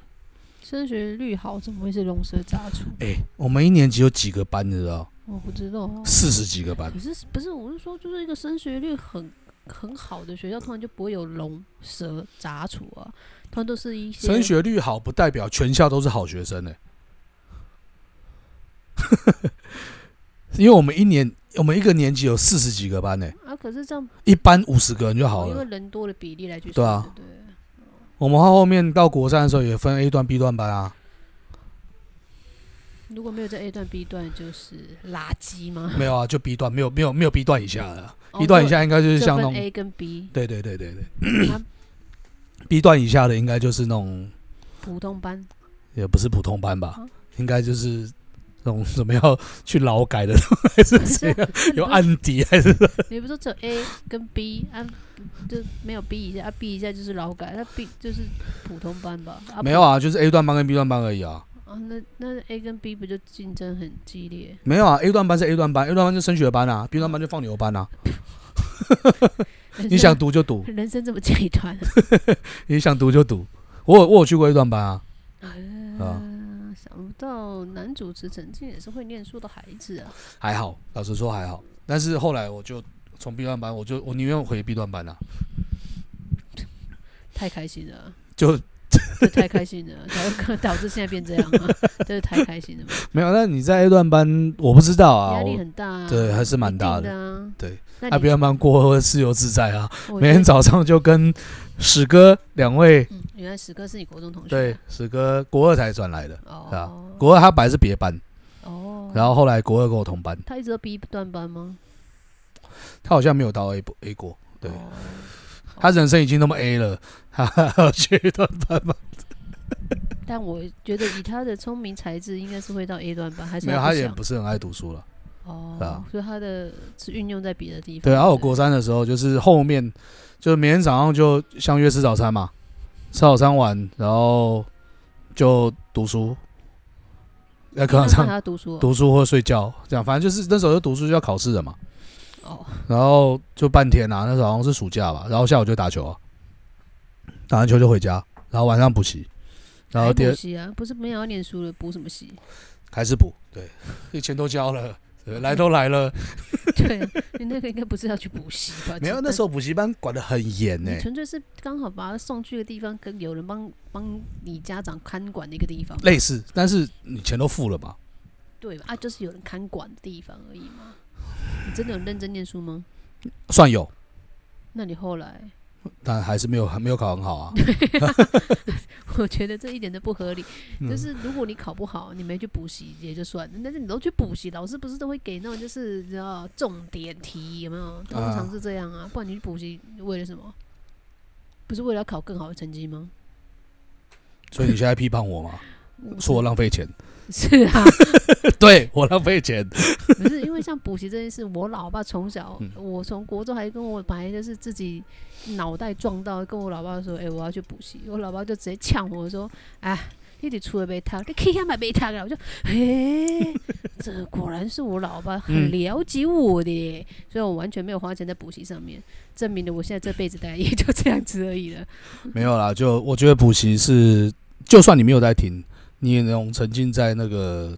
升学率好，怎么会是龙蛇杂处？
哎、我们一年级有几个班，你知道？
我不知道啊。
四十几个班
可。是不是？我是说，就是一个升学率很很好的学校，突然就不会有龙蛇杂处啊，通常都是一些
升学率好不代表全校都是好学生呢、欸 因为我们一年我们一个年级有四十几个班呢、欸
啊。可是这样
一班五十个人就好
哦因为
了。
人多的比例来去
对
算，
啊
对不对
我们后面到国三的时候也分 A 段 B 段班啊，
如果没有在 A 段 B 段，就是垃圾吗？
没有啊，就 B 段，没有没有没有 B 段以下的啊、
哦
b 段以下应该就是
就
像那
分
种
A 跟 B
对对对对对
啊
，B 段以下的应该就是那种
普通班，
也不是普通班吧
啊，
应该就是那种什么要去劳改 的，还 是谁啊有案底，还是
你不是说只有 A 跟 B 啊，就没有 B 一下啊，B 一下就是劳改，那 B 就是普通班吧？啊、
没有啊？就是 A 段班跟 B 段班而已啊。
啊，那那 A 跟 B 不就竞争很激烈？
没有啊，A 段班是 A 段班，A 段班就升学班啊，B 段班就放牛班啊。你想读就读，
人生这么简 短
你想读就读。我有我有去过 A 段班啊，
啊？
啊
啊，想不到男主持曾经也是会念书的孩子啊！
还好，老实说还好。但是后来我就从 B 段班，我就我宁愿回 B 段班啊，
太开心了，
就
这太开心了，导导致现在变这样啊！真是太开心了吧，
没有。那你在 A 段班，我不知道啊，
压力
我
很大、啊，
对还是蛮大
一定
的
的啊。
对，
那
那 B
你
段班过后自由自在啊，
我
每
觉
天
得
早上就跟史哥两位，
嗯，原来史哥是你国中同学，
对，，史哥国二才转来的，对啊
哦，
国二他本来是别班，
哦，
然后后来国二跟我同班，
他一直都 B 段班吗？
他好像没有到 A 不 A 过，对
哦
他人生已经那么 A 了，他还要去一段班吗？
但我觉得以他的聪明才智，应该是会到 A 段吧，还是
没有，
他
他
不
也
想
不是很爱读书了。对
哦
啊，
所以他的是运用在别的地方。
对，啊然后我
不
国三的时候，就是后面就是每天早上就相约吃早餐嘛，吃早餐完，然后就读书，在课
那
堂
看
上
他读书哦
读书或睡觉，这样反正就是那时候就读书就要考试了嘛，
哦，
然后就半天啊，那时候好像是暑假吧，然后下午就打球啊，打完球就回家，然后晚上补习，然后
还
第
补
二
习啊，不是没有要念书了，补什么习？
还是补，对，钱都交了，对来都来了，
对啊，你那个应该不是要去补习吧？
没有那时
候。
候补习班管得很严呢、
你纯粹是刚好把他送去的地方，跟有人帮帮你家长看管的一个地方，
类似，但是你钱都付了嘛，
对吧？啊，就是有人看管的地方而已嘛。你真的有认真念书吗？
算有。
那你后来
但还是没有还没有考很好 啊。
我觉得这一点都不合理。
嗯
就是如果你考不好，你没去补习也就算了，但是你都去补习，老师不是都会给那种就是你知道重点题有没有？通常是这样啊，不然你去补习为了什么？不是为了要考更好的成绩吗？
所以你现在批判我吗？说我浪费 钱，
是啊，
对我浪费钱。
不是因为像补习这件事，我老爸从小，我从国中还跟我本来就是自己脑袋撞到，跟我老爸说：“哎、我要去补习。”我老爸就直接呛我说：“哎，你得出了被他，你可以买被他了。”我就，哎、 这果然是我老爸很
嗯
了解我的耶，所以我完全没有花钱在补习上面，证明了我现在这辈子大概也就这样子而已了。
没有啦，就我觉得补习是，就算你没有在听，你也能沉浸在那个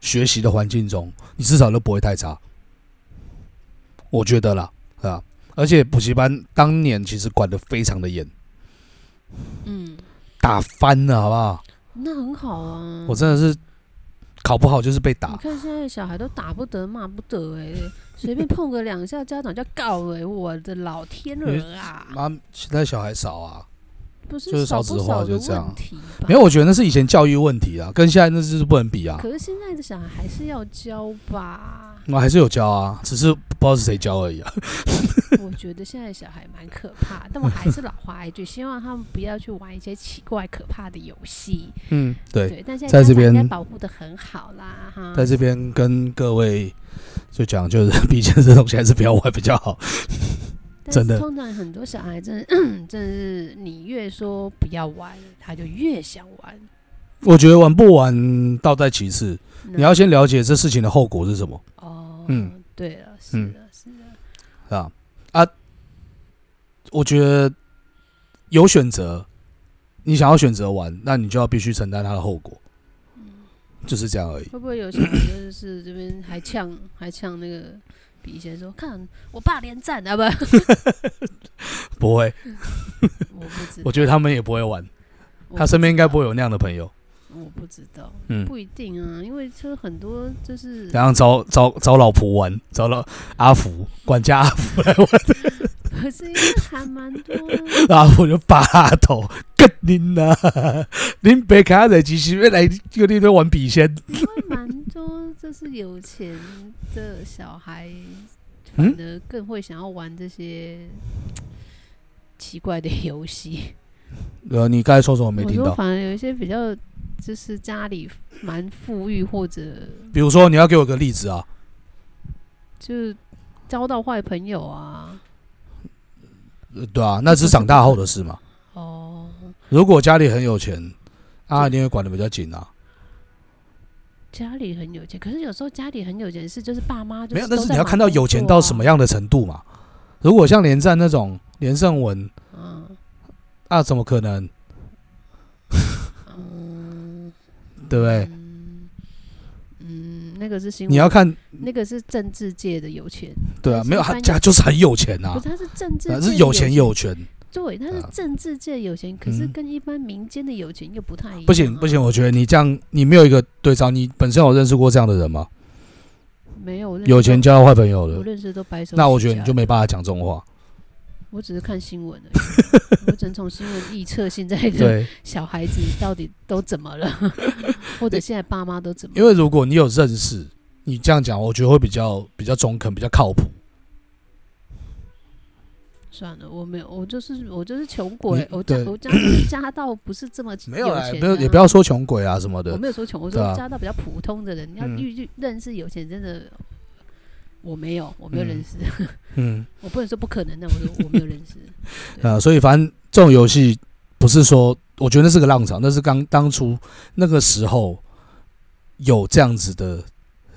学习的环境中，你至少都不会太差。我觉得啦，啊，而且补习班当年其实管得非常的严，
嗯，
打翻啊了，好不好？
那很好啊。
我真的是考不好就是被
你
打，
看现在小孩都打不得、骂不得、哎， 随便碰个两下，家长就要告、哎，我的老天鹅啊！
妈，现在小孩少啊，
不是
就是
少
少
不
子化
少
就
的
这样
问题吧？
没有，我觉得那是以前教育问题啊，跟现在那就是不能比啊。
可是现在的小孩还是要教吧？
我还是有教啊，只是不知道是谁教而已啊。
我觉得现在小孩蛮可怕，但我还是老话一句，希望他们不要去玩一些奇怪可怕的游戏。
嗯，对，
对，但现
在
在家
这
长应该
边
保护的很好啦，哈。
在这边跟各位就讲，就是 毕竟这东西还是不要玩比较好。
但
真
是
的
通常很多小孩真的 真的是，你越说不要玩，他就越想玩。
我觉得玩不玩倒在其次，
你
你要先了解这事情的后果是什么，
哦，
嗯，
对了，是
嗯
的，是的，
是吧？啊，我觉得有选择，你想要选择玩，那你就要必须承担它的后果，
嗯
就是这样而已。
会不会有小孩就是这边还呛还呛那个笔仙说，看我爸连战啊不，
不会，
我不知
我
道，
觉得他们也不会玩，
嗯我
他
不
身边应该
知道
不，会有那样的朋友。
我不知道，
嗯，啊
不一定啊，因为就是很多就是
然后找找找老婆玩，找老阿福管家阿福来玩，
可是因为还蛮多
然后阿福就拔他头，干您呐、 您别看在其实要来这个地方玩笔仙，
会蛮多就是有钱的小孩，反
嗯
而更会想要玩这些奇怪的游戏。
呃，你刚才说什么没
我
听
说，
到？
反而有一些比较就是家里蛮富裕或者
比如说，你要给我个例子啊，
就是交到坏朋友啊，
呃对啊，那是长大后的事嘛。
哦，
如果家里很有钱，啊，一定会管得比较紧啊。
家里很有钱，可是有时候家里很有钱是就是爸妈就是
没有，但
都
是
在
你要
忙
看到
工
有钱
作
到
啊
什么，样的程度嘛。如果像连战那种连胜文
嗯
啊，怎么可能？
嗯，
对不对？
嗯嗯，那个是新闻，
你要看
那个个是政治界的有钱，
对啊，
是
没有
一般
他
有
家就是很有钱
不
啊，
是他是政治
啊
界
是
的
有钱有权。
对，他是
啊
政治界的有钱，可是
嗯
跟一般民间的有钱又不太一样、啊
不行不行，，我觉得你这样你没有一个对照。你本身有认识过这样的人吗？
没有我认识
有钱
都
交坏朋友
我
的，
认识都白手起家，
那我觉得你就没办法讲这种话。
我只是看新闻而已，我只能从新闻臆测现在 的
对，
小孩子到底都怎么了， 或者现在爸妈都怎么
因
了。
为如果你有认识，你这样讲，我觉得会比较比较中肯，比较靠谱。
算了，我没有，我就是我就是穷鬼
你，
我家
对
我家 家道不是这么
没有啦，
钱
不要
啊
也不要说穷鬼啊什么
我
的。
没有说穷，我
对啊
说加到比较普通的人，你要
嗯
遇遇认识有钱人真的，我没有，我没有
嗯
认识，
嗯。
我不能说不可能，但我说我没 有认识。
呃，所以反正这种游戏不是说，我觉得那是个浪潮，那是刚当初那个时候有这样子的，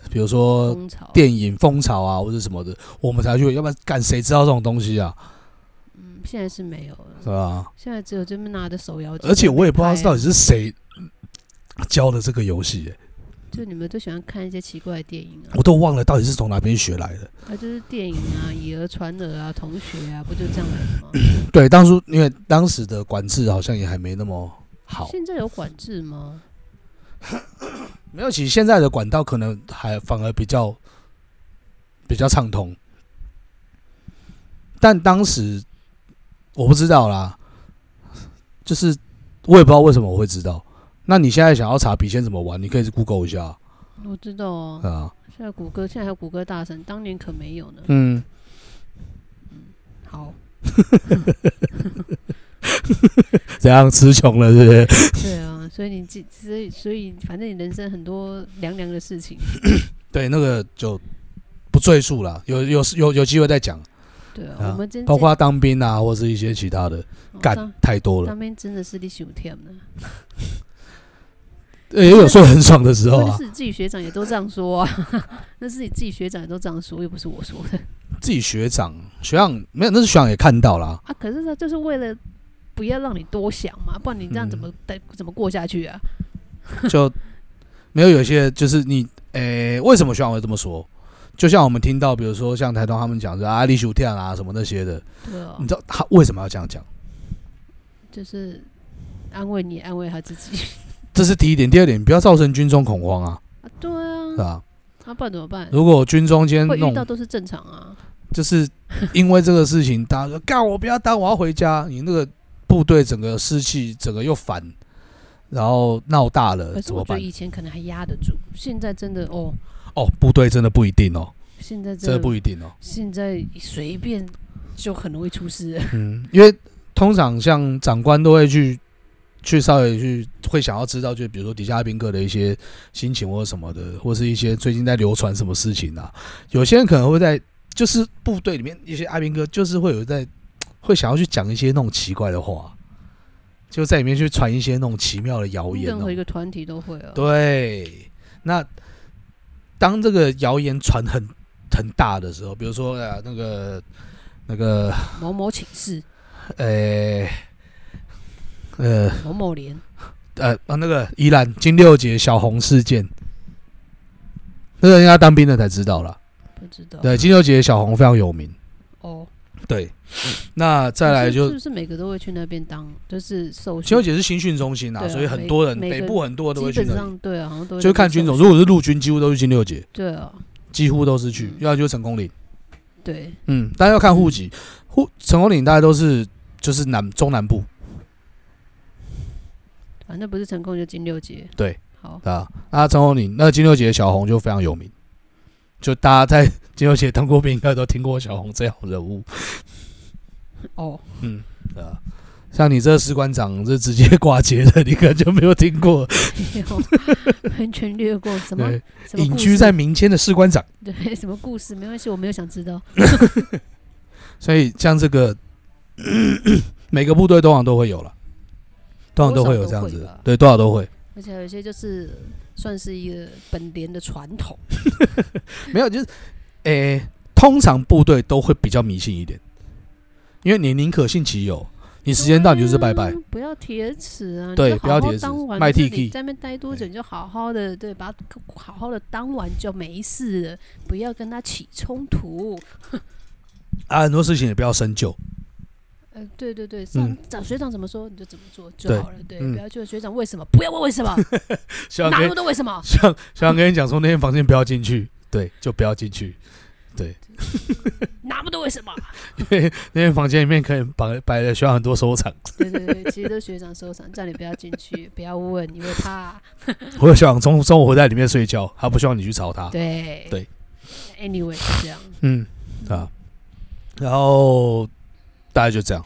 比如说
风潮，
呃电影风潮啊，或者什么的，我们才去，要不然干谁知道这种东西啊，
嗯，现在是没有了，
是吧？
现在只有这么拿着手摇机在那边拍啊，
而且我也不知道到底是谁教的这个游戏、欸
就你们都喜欢看一些奇怪的电影啊
我，都忘了到底是从哪边学来的。
啊，就是电影啊，以讹传讹啊，同学啊，不就这样来的吗？
对，当初因为当时的管制好像也还没那么好，
现在有管制吗？
没有，其实现在的管道可能还反而比较比较畅通，但当时我不知道啦，就是我也不知道为什么我会知道。那你现在想要查笔仙怎么玩，你可以去 Google 一下啊
我知道哦，
啊，
现在谷歌现在还有谷歌大神，当年可没有呢。
嗯，
好，
怎样词穷了是不是？
对啊，所以你记，所以所以反正你人生很多凉凉的事情，
对，那个就不赘述了，有有有有机会再讲，
对啊，
啊
我们真
包括当兵啊，或是一些其他的，
哦
干
当
太多了，
当兵真的是你想天呢，嗯
呃也有说很爽的时候
或者
啊，
是你自己学长也都这样说啊， 那是你自己学长也都这样说，又不是我说的。
自己学长学长没有，那是学长也看到 啦。
啊，可是他就是为了不要让你多想嘛，不然你这样
嗯
怎么待、怎么过下去啊？
就没有有些就是你，诶、为什么学长会这么说？就像我们听到，比如说像台东他们讲是啊，立修天啊什么那些的，
对啊
你，知道他为什么要这样讲？
就是安慰你，安慰他自己
这是第一点，第二点，你不要造成军中恐慌啊，
啊，对啊
是，吧？
啊，不然怎么办？
如果军中间
会遇到
弄，
都是正常啊，
就是因为这个事情，大家说干我不要当，我要回家，你那个部队整个士气整个又反，然后闹大了
可是
呃怎
我
么
觉
办
得？以前可能还压得住，现在真的哦，
哦，部队真的不一定哦，
现在
真
真
的
的
不一定哦。
现在随便就很容易出事，
嗯，因为通常像长官都会去去稍微去会想要知道，就比如说底下宾客的一些心情或者什么的，或是一些最近在流传什么事情啊。有些人可能会在就是部队里面一些阿兵哥，就是会有在会想要去讲一些那种奇怪的话，就在里面去传一些那种奇妙的谣言、
任
哦
何一。个团体都会啊。
对，那当这个谣言传很很大的时候，比如说呃那个那个
某某寝室，
呃，呃
某某连，
呃，啊那个宜兰金六杰小红事件，那个应该当兵的才知道啦。
不知道
对，金六杰小红非常有名。
哦。
对，那再来
是
就
不是每个都会去那边当，就是受
金六
训，
杰是新训中心啊，
对啊
所以很
每
多人
每个
北部很多都会
基
去
本
那里，
上对啊，好像都会
就
那边
看
受
军种。
训
如果是陆军，几乎都是金六杰，
对啊，
几乎都是去
嗯，
要不然就是成功岭。
对，
嗯，但要看户籍，户成功岭大概都是就是南中南部
反正不是成功就金六杰。
对，
好，
啊。那成功岭那金六杰的小红就非常有名。就大家在 金牛姐当过兵，应该都听过小红这样的人物，
哦，
嗯，对啊，像你这士官长这直接挂节的，你可能就没有听过。
没有完全略过什么
对，
什么
隐
故
居
事
在民间的士官长，
对什么故事没关系，我没有想知道。
所以像这个 每个部队通常都会有了，通常都会有这样
多少都会
子
吧，
对，多少都会。
而且有些就是算是一个本连的传统，
没有，就是，诶、通常部队都会比较迷信一点，因为你宁可信其有，你时间到你就是拜拜
对。啊不要铁齿啊！你
对
就
不要
好好
铁齿
当完
卖
就是
地
你
契
在那边待多久，你就好好的对，把它好好的当完就没事了，不要跟他起冲突。
啊，很多事情也不要深究。
呃，对对对，上
嗯
找学长怎么说你就怎么做就
对
好了，对，
嗯啊
不要就学长为什么，不要问 为什么，
希望
哪
跟
那么多为什么，
希望希望跟你讲说，那间房间不要进 去，对，就不要进去。
哪那么多 为什么？
因为那间房间里面可能摆摆了需要很多收 藏，
对对对，其实都是学长收场，叫你不要进去，不要问，你会
啊
怕。
或者想中中午会在里面睡觉，他不希望你去吵他。
对
对
，anyway 是这样。
嗯，啊，然后大概就这样。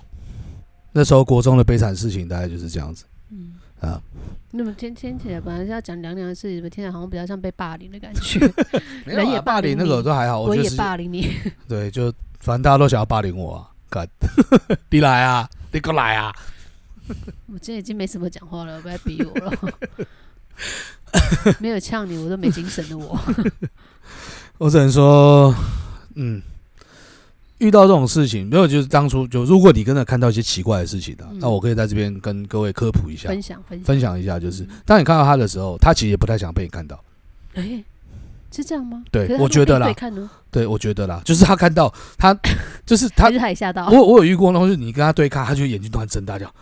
那时候国中的悲惨事情大概就是这样子
嗯，
啊，
那么天天起来本来是要讲凉凉的事情，听起来好像比较像被霸凌的感觉，
没
有啊人也霸
霸
凌
凌
你
那个都还好，
我
我觉得哦
也
是
霸凌你。
对，就反正大家都想要霸凌我啊，干， 你来啊，你过来啊，
我今天已经没什么讲话了，不要逼我了。 没有呛你，我都没精神了。 我
我只能说，嗯，遇到这种事情，没有就是当初就如果你真的看到一些奇怪的事情啊，
嗯
那我可以在这边跟各位科普一下，
分享分享，
分享一下，就是当你看到他的时候，他其实也不太想被你看到。
哎，是这样吗？
对
可是他
我觉得
如果
啦
被对看呢，
对，我觉得啦，就是他看到他，就是他
还是他也吓到
我。有我有遇过，然后就是你跟他对看，他就眼睛突然睁大，这样，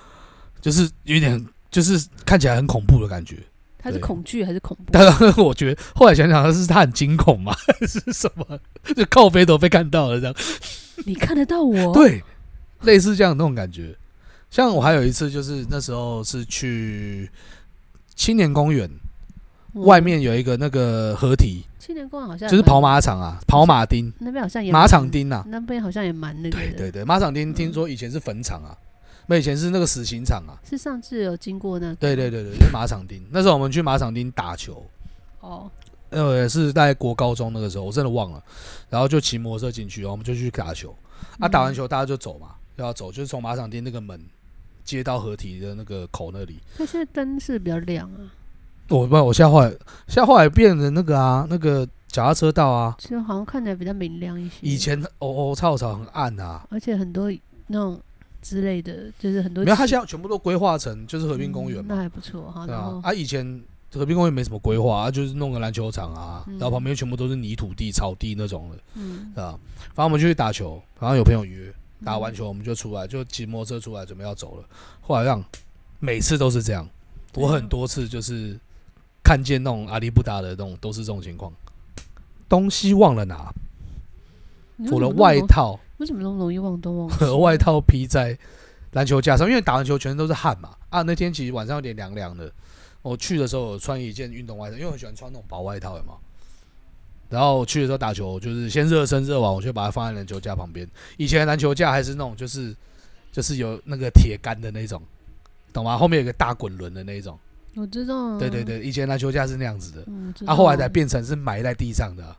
就是有点就是看起来很恐怖的感觉。
他是
对
恐惧还是恐怖？
但是我觉得后来想想，是他很惊恐嘛， 是什么？就靠背都被看到了这样，
你看得到我？
对，类似这样那种感觉。像我还有一次，就是那时候是去青年公园，
嗯，
外面有一个那个河堤，
青年公园好像
就是
也蛮
跑马场啊，跑马町、
那边好像也
马
蛮
场町啊，
那边好像也蛮那个
对
的，
对对，马场町听说以前是坟场啊，那以前是那个死刑场啊，
是上次有经过那个，
对对对对，就是马场町。那时候我们去马场町打球，
哦，
呃，是在国高中那个时候，我真的忘了。然后就骑摩托车进去，然后我们就去打球。啊，打完球大家就走嘛，要走就是从马场町那个门接到合体的那个口那里。
它现在灯是比较亮啊，
我不，我现在后来，现在后来变成那个啊，那个脚踏车道啊。
其实好像看起来比较明亮一些。
以，前哦哦，操场很暗啊，
而且很多那种之类的，就是很多
没有，它
像
现在全部都规划成就是和平公园
那
嘛。
还不错哈。
对
然
啊
后，
啊，以前和平公园没什么规划，啊就是弄个篮球场啊，
嗯
然后旁边全部都是泥土地、草地那种的。
嗯，
啊，反正我们就去打球，然后有朋友约，打完球我们就出来，就骑摩托车出来，准备要走了。后来让每次都是这样，我很多次就是看见那种阿里不达的那种，都是这种情况。东西忘了拿，
你为
我
什
的
么那么
外
容，
套
为什么那么容易忘东忘西
和 外套披在篮球架上，因为打完球全身都是汗嘛。啊，那天其实晚上有点凉凉的。我去的时候有穿一件运动外套，因为我很喜欢穿那种薄外套，有吗？然后我去的时候打球，就是先热身热完，我就把它放在篮球架旁边。以前的篮球架还是那种，就是就是有那个铁杆的那种，懂吗？后面有个大滚轮的那种。
我知道，啊
对对，对，以前篮球架是那样子的，
嗯嗯，我知
啊，后来
道
才。变成是埋在地上的啊。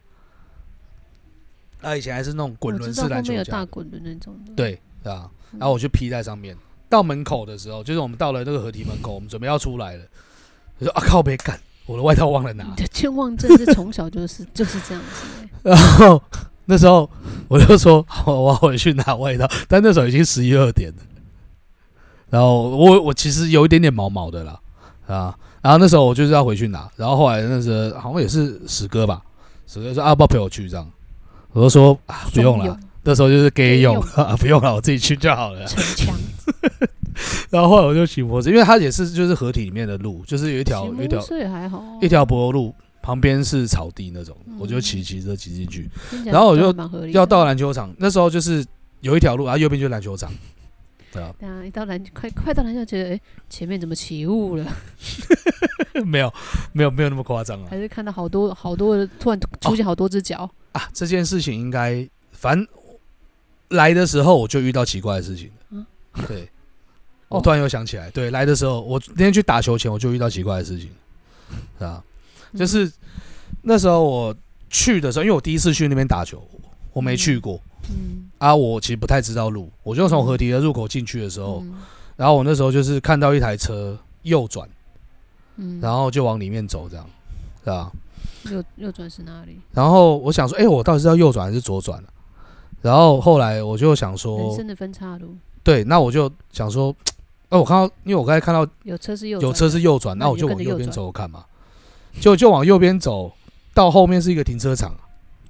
啊，以前还是那种滚轮
我知
式
道
篮
后
球
面有
架
大，滚轮那种的，
对，对啊。然后我就披在上面。到门口的时候，就是我们到了那个河堤门口，我们准备要出来了。我说啊靠，别干，我的外套忘了拿
你。的健忘症是从小就是就是这样 子欸，
然后那时候我就说，好我要回去拿外套。但那时候已经十一二点了。然后我我其实有一点点毛毛的啦，啊，然后那时候我就是要回去拿。然后后来那时候好像也是史哥吧，史哥说啊，要不要陪我去这样。我就说啊， 不用了
双用，，
那时候就是给用
给，
啊 不用了，我自己去就好 了。
逞强，
然后后来我就骑摩托车，因为它也是就是河体里面的路，就是有一条
骑
有
摩
一
托
条
车也还好啊，
一条柏油路，旁边是草地那种，
嗯
我就骑骑车骑进去，
听起来
然后我就
倒蛮合理的
要到篮球场，那时候就是有一条路，然后右边就是篮球场，对啊，
对啊，一到篮快快到篮球，觉得哎、诶前面怎么起雾了？
没有没有没有那么夸张啊
还是看到好多好多突然
哦
出现好多只脚，
啊，这件事情应该反正来的时候我就遇到奇怪的事情
嗯，
对。我突然又想起来，对，来的时候，我那天去打球前我就遇到奇怪的事情，是啊，
嗯
就是那时候我去的时候，因为我第一次去那边打球，我没去过
嗯，
啊，我其实不太知道路，我就从河堤的入口进去的时候，
嗯，
然后我那时候就是看到一台车右转，
嗯，
然后就往里面走，这样，是吧？
右右转是哪里？
然后我想说，哎、我到底是要右转还是左转啊然后后来我就想
人
说，
生的分岔路，
对，那我就想说，哎、我看到，因为我刚才看到
有车是右转，
有车是右转，
那
那
你
我
就
就
跟
往
着
右
右
边
转
走看嘛，就就往右边走，到后面是一个停车场，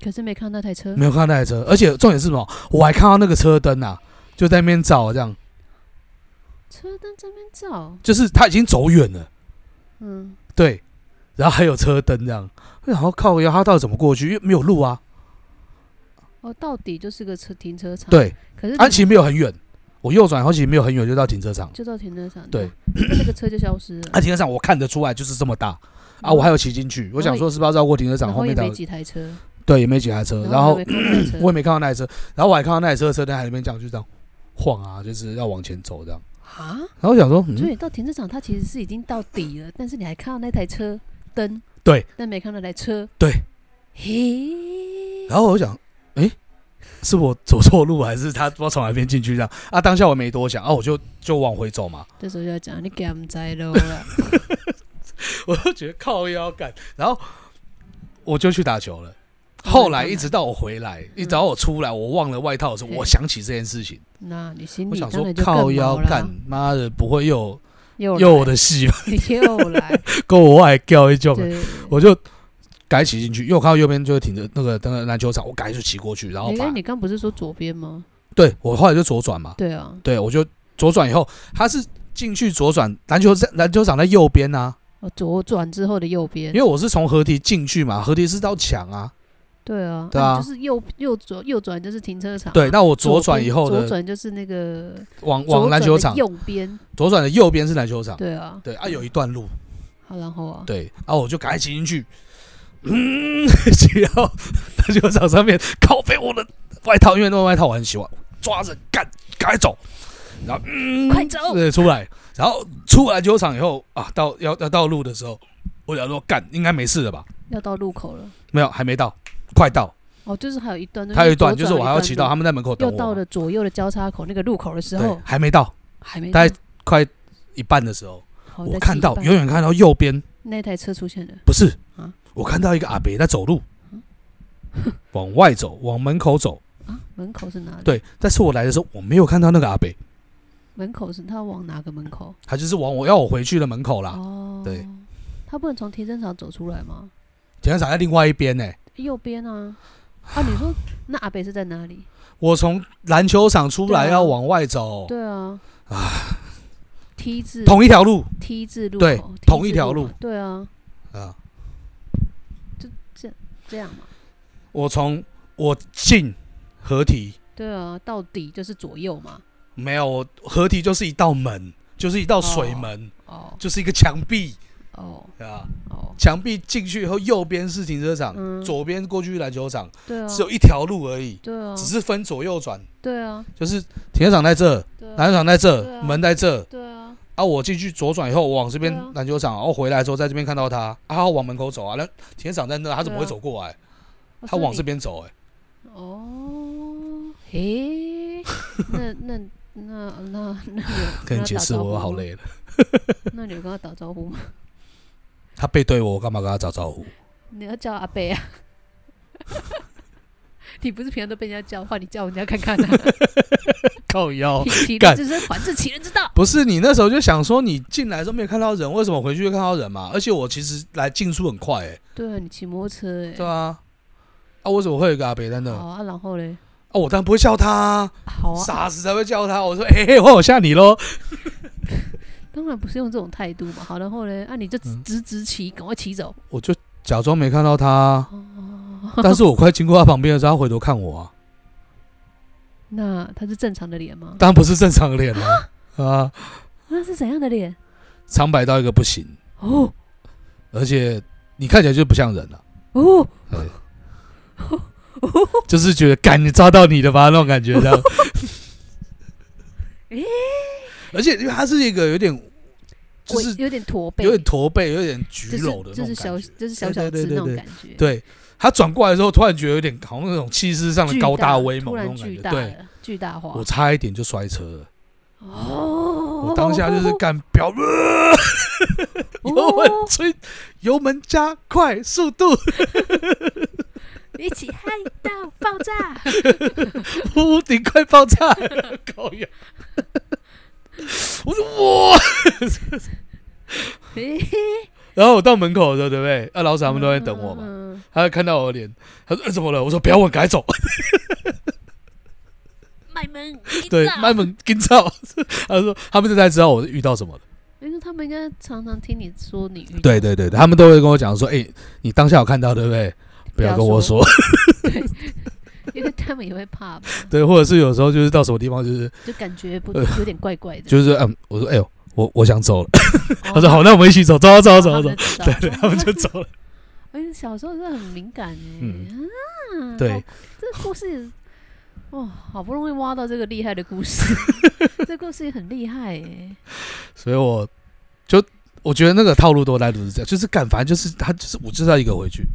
可是没看到那台车
没，有看到那台车，而且重点是什么？我还看到那个车灯啊，就在那边照，这样，
车灯这边照，
就是他已经走远了，
嗯，
对，然后还有车灯这样，然后靠腰，他到底怎么过去？因为没有路啊，
哦，到底就是个车停车场，，
对，
可是
啊，其实没有很远，我右转，然后其实没有很远就到停车场了。
就到停车场，
对，
那那个车就消失了
啊，，停车场我看得出来就是这么大啊，
嗯
我还有骑进去，我想说是不是要绕过停车场
然后
面
也
才
没
有
几台车，
对，也没几台车，然后
还没看到那台车
我也没看到那台车，然后我还看到那台车的车灯还在那边这样就这样晃啊，就是要往前走这样，
啊，
然后我想说，
所
嗯，
以到停车场它其实是已经到底了，但是你还看到那台车灯，
对，
但没看到那台车，
对，
嘿，
然后我就想，诶，是我走错路还是他不知道从哪边进去这样啊？当下我没多想啊，我就就往回走嘛，
这时候就要讲你给他们摘喽了，
我就觉得靠腰杆，然后我就去打球了。后来一直到我回来，
嗯
一直到我出来，我忘了外套的时候，
嘿
我想起这件事情。
那你心
我
里
想
当
说
然就更
靠腰
毛啊啦
干，妈的不会又
又
又
来
我的戏 吧？
你 又来，
跟我外叫一种，
对，
我就改骑进去，因为我看到右边就是停着那个那个篮球场，我改就骑过去，然后
因为
把
你刚不是说左边吗？
对我后来就左转嘛，
对啊，
对我就左转以后，他是进去左转，篮球在篮球场在右边啊，
哦，左转之后的右
因，
边
为我是从河堤进去嘛，河堤是到墙啊，
对啊，
对
那
啊
你就是右右左右转就是停车场，
对，，那我
啊左
左转以
边
后
左
的
转就是那个
往
左
往篮
转
球
的
场
右边，
左转的右边是篮球场，
对啊，
对啊，有一段路，
好，然后啊，
对，然后我就赶快骑进去，嗯， 骑到篮球场上面，靠背我的外套，因为那个外套我很喜欢，抓着干，赶快走，然后嗯，
快走
对，出来，然后出篮球场以后啊，到要要到路的时候，我想说干，应该没事了吧？
要到路口了，
没有，还没到，快到，
哦，就是还有一段，
还有一段就是我还要骑
骑
到，他们在门口等
又
我嘛，
到了左右的交叉口那个路口的时
对
候，，
还没到，
还没
大
到
概快一半的时候，
好
我
再
看
骑一
到
半
远远看到右边
那台车出现了，
不是
啊，
我看到一个阿伯在走 路，往外走，往门口走。
啊，门口是哪里？，
对，但是我来的时候我没有看到那个阿北，
门口是他往哪个门口？
他就是往我要我回去的门口啦。
哦，
对，
他不能从停车场走出来吗？
停车场在另外一边呢、
右边啊，啊，你说那阿北是在哪里？
我从篮球场出来
对啊
要往外走，
对啊，T 字
哦同一条路
T 字路口，哦
对
T 字
同一条路
口，对啊，
啊。
这样嘛，
我从我进合体
对啊，到底就是左右嘛，
没有，我合体就是一道门，就是一道水门，
哦
就是一个墙壁
哦
啊。
哦，
墙壁进去以后，右边是停车场，
嗯
左边过去是篮球场，
对啊，
只有一条路而已，
对啊
只，是分左右转，
对啊，
就是停车场在这，
对
篮
啊，
球场在
对
这，
啊
门在这，
对啊，
啊，我进去左转以后，我往这边
对啊
篮球场，然后回来之后，在这边看到他，啊，他往门口走啊，那停车场在那，他怎么会
对啊
走过来？
哦
他
所以
往
你
这边走、欸，
哦，嘿，那那那那那你有
跟你解释，我好
累。
累了。
那你有跟他打招呼吗？
他背对我，我干嘛跟他打招呼？
你要叫阿贝啊？ 你不是平常都被人家叫，换你叫人家看看 啊！
靠腰，
其人
哦干
之身，还治其人之道。
不是你那时候就想说，你进来的时候没有看到人，为什么回去就看到人嘛？而且我其实来进出很快、欸，
对啊，你骑摩托车哎、
对啊，啊，为什么会有一个阿北在那？
好
啊，
啊，然后嘞，
我当然不会叫他啊，
好啊，
傻子才会叫他。我说，嘿嘿，换我吓你喽。
当然不是用这种态度嘛。好，然后嘞，啊，你就直
嗯
直直骑，赶快骑走。
我就假装没看到他啊，
哦，
但是我快经过他旁边的时候，他回头看我啊。
那他是正常的脸吗？
当然不是正常脸啦、啊，
那是怎样的脸？
苍白到一个不行，
哦
而且你看起来就不像人啊了、
哦，
就是 觉得，干你抓到你的吧那种感觉，这样。而且因为它是一个有点就
我
是
有点驼背，
有点驼背、有点
就
举
是
篓的
就
那种
是小
感觉。
就是小
对
小
对
只
对
那种
对
感觉，
对他转过来之后，突然觉得有点好像那种气势上的
巨
高
大
大威猛
突
那
然
种
巨
感觉。
大
对，
了，巨大化
我。差一点就摔车了。
哦，
我 当下就是干表，呃 油门
哦
吹，油门加快速度，
一起嗨到爆炸，
屋顶快爆炸了， 高压。我说哇，
嘿
然后我到门口的时候，对不对？啊， 老师他们都在等我嘛。
嘛。
他看到我的脸，他说、呃怎么了？我说不要问，赶快走。
卖萌，
对，慢慢跟照。 他说他们这才知道我遇到什么了。
因为他们应该常常听你说你遇到
对对对，对他们都会跟我讲说，哎、你当下有看到对不对？不要跟我说，
因为他们也会怕嘛，
对，或者是有时候就是到什么地方就是
就感觉不
呃
有点怪怪的。哦
就是嗯，我说哎呦，我我想走了，
他
他说好，那我们一起走，啊走走走走
走
走，对对，他们就走了。
哎，小时候真的很敏感哎
嗯，
啊，
对
好，这个故事也 是，哇，好不容易挖到这个厉害的故 事，这故事也很厉害哎，
所以我就我觉得那个套路多来都是这样，就是干，反正就是他就是我就是要一个回去，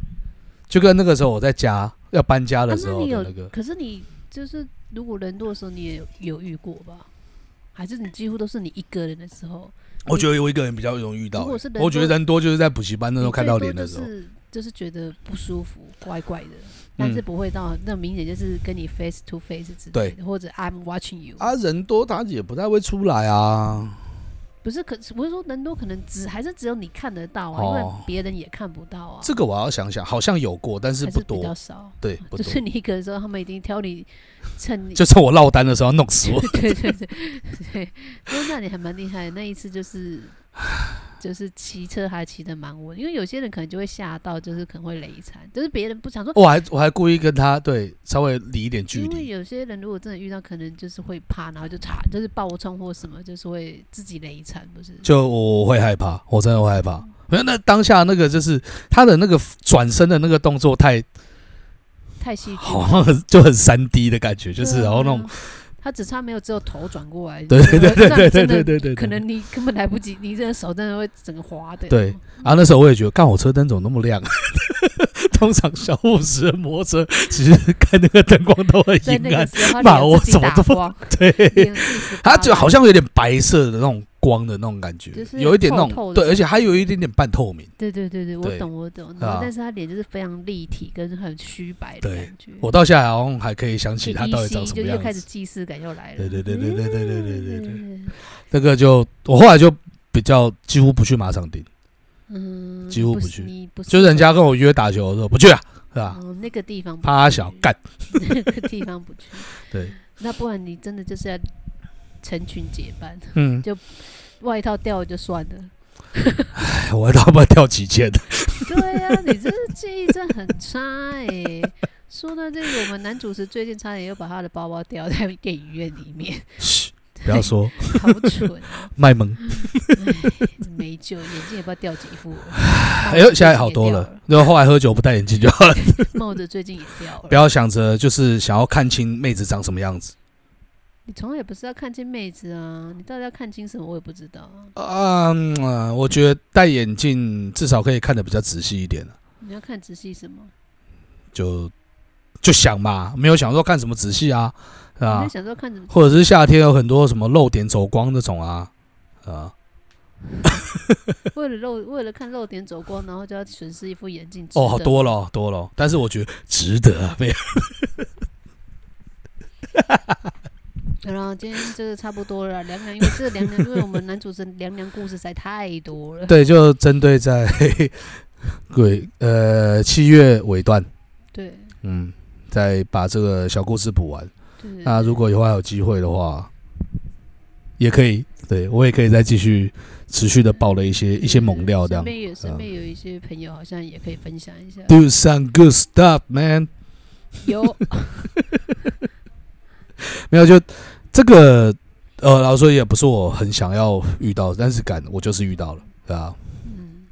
就跟那个时候我在家要搬家
啊
的时
那
候的
你有
那个，
可是你就是如果人多的时候，你也有遇过吧？还是你几乎都是你一个人的时候？
我觉得有一个人比较容易遇到
如果是人，多
我觉得人多就是在补习班那时候
你
看
最
到
多
脸的
就
时候，嗯
是就是觉得不舒服，怪怪的，但是不会到那明显就是跟你 face to face 之类的，或者 I'm watching you
啊，人多他也不太会出来啊。
不是可不是说人多，可能只还是只有你看得到啊，因
哦
为别人也看不到啊，
这个我要想想，好像有过，但是
还
不
是比
多
较，少。哦
对，不
就
多。
是你一个人的时候，他们一定 挑你，趁你
就趁我落单的时候弄死我。
对对对对，那那你还蛮厉害的。那一次 就是就是骑车还骑得蛮稳，因为有些人可能就会吓到，就是可能会累残，就是别人不想说。
我还我还故意跟他对稍微离一点距
因为
离，
有些人如果真的遇到，可能就是会怕，然后就查，就是爆冲或什么，就是会自己累残，不是？
就我会害怕，我真的会害怕。
嗯
没有，那当下那个就是他的那个转身的那个动作太
太戏剧
好像很 就很三 D 的感觉，哦就是
对啊
然后那种
他只差没有只有头转过来，
对对对对
那
对对
你真的
对对对，
可能嗯你根本来不及，你这个手真的会整个滑的。
对啊，那时候我也觉得，干我车灯怎么那么亮？ 通常小五十的摩托车其实看那个灯光都很
在那
阴
个
暗，
时候，
妈我怎么这么
么
对，
脸自己
它就好像有点白色的那种光的那种感觉，
就是
有一点那种
透透的
对，而且还有一点点半透明。
对对对对，我
对
懂我懂。
对
然
啊
后，但是他脸就是非常立体跟很虚白的
对
感觉。
我到现在好像还可以想
就
起
依
他到底长什
稀嗯就
么
又开
样
始嗯
子。
既视感又来了。
对对对对对对对对对对，
对，
那个就我后来就比较几乎不去马场町，
嗯，
几乎
不
不
是
去，
你不
就是人家跟我约打球的时候不去啊，是吧？
哦那个地方不
怕他
去
小，干，
那个地方不去。
对，
那不然你真的就是要成群结伴，
嗯，
外套掉了就算了。
哎我他妈掉几千的，
对啊，你这个记忆真的很差哎、说到这个，我们男主持最近差点又把他的包包掉在电影院里面，
嘘，不要 说
好蠢哦、
卖萌。
没救，眼镜也不知道掉几副了。
哎呦，现在好多了，，然后后来喝酒不戴眼镜就好了，
帽子最近也掉
不
了。
要想着就是想要看清妹子长什么样子
你从来也不是要看清妹子啊，你到底要看清什么？我也不知道啊。
啊、嗯呃我觉得戴眼镜至少可以看得比较仔细一点
你要看仔细什么？
就就想嘛，没有想说看什么仔细啊，
你
啊
在，想说看什么？
或者是夏天有很多什么露点走光那种啊，啊，
为了露，为了看露点走光，然后就要损失一副眼镜。
哦，好。多了哦多了哦，但是我觉得值得啊，没有，
然后今天这个差不多了啦，凉凉，因为这个凉凉，因为我们男主持人凉凉故事实在太多 了。
对，就针对在 鬼呃七月尾段，
对
嗯，再把这个小故事补完。
对对。
那如果以后还有机会的话，也可以，对我也可以再继续持续的爆了一些一些猛料这样嗯
身。边有身边有一些朋友好像也可以分享一下。
Do some good stuff, man.
有，
没有，就这个，呃，老实说也不是我很想要遇到，但是敢我就是遇到了，对吧、
嗯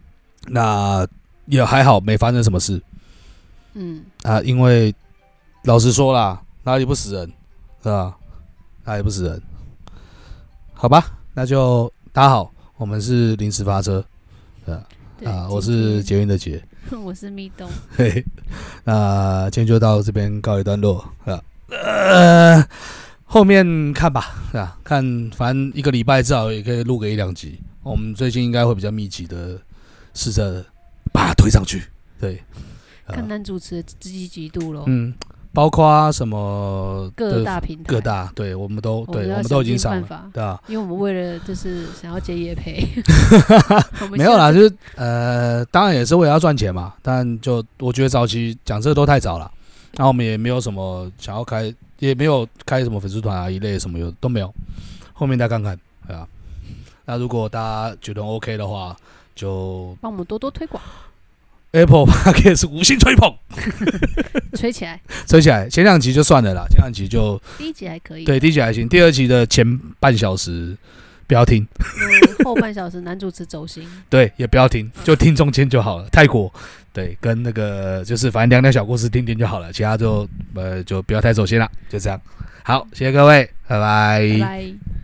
那也还好，没发生什么事
嗯，
啊，因为老实说啦，哪里不死人，是吧？哪里不死人？好吧，那就大家好，我们是临时发车
对
啊、我
今
是啊
天
捷运的捷，
我是蜜冬，
嘿嘿，那今天就到这边告一段落啊。呃，后面看吧，是吧？看，反正一个礼拜至少也可以录个一两集。我们最近应该会比较密集的试着把它推上去，对，啊
看男主持的积极度咯。
嗯，包括什么
各大平台，
各，大，对我们都对，
要
我们都已经
想
上
尽
了，
办法，
对啊，
因为我们为了就是想要接夜配， 我们
没有啦，
下次
就是呃，当然也是为了要赚钱嘛，但就我觉得早期讲这个都太早了，然后我们也没有什么想要开，也没有开什么粉丝团啊一类什么有都没有，后面再看看，对啊。那如果大家觉得 OK 的话，就
帮我们多多推广，
Apple Podcast 五星吹捧，
吹起来。
吹起来。前两集就算了啦，前两集就
第一集还可以，
对第一集还行，第二集的前半小时不要听，
嗯，后半小时男主持走心，
对，也不要听，就听中间就好了。泰国，对，跟那个就是反正两两小故事听听就好了，其他就呃就不要太走心了，就这样。好，谢谢各位，拜
拜拜。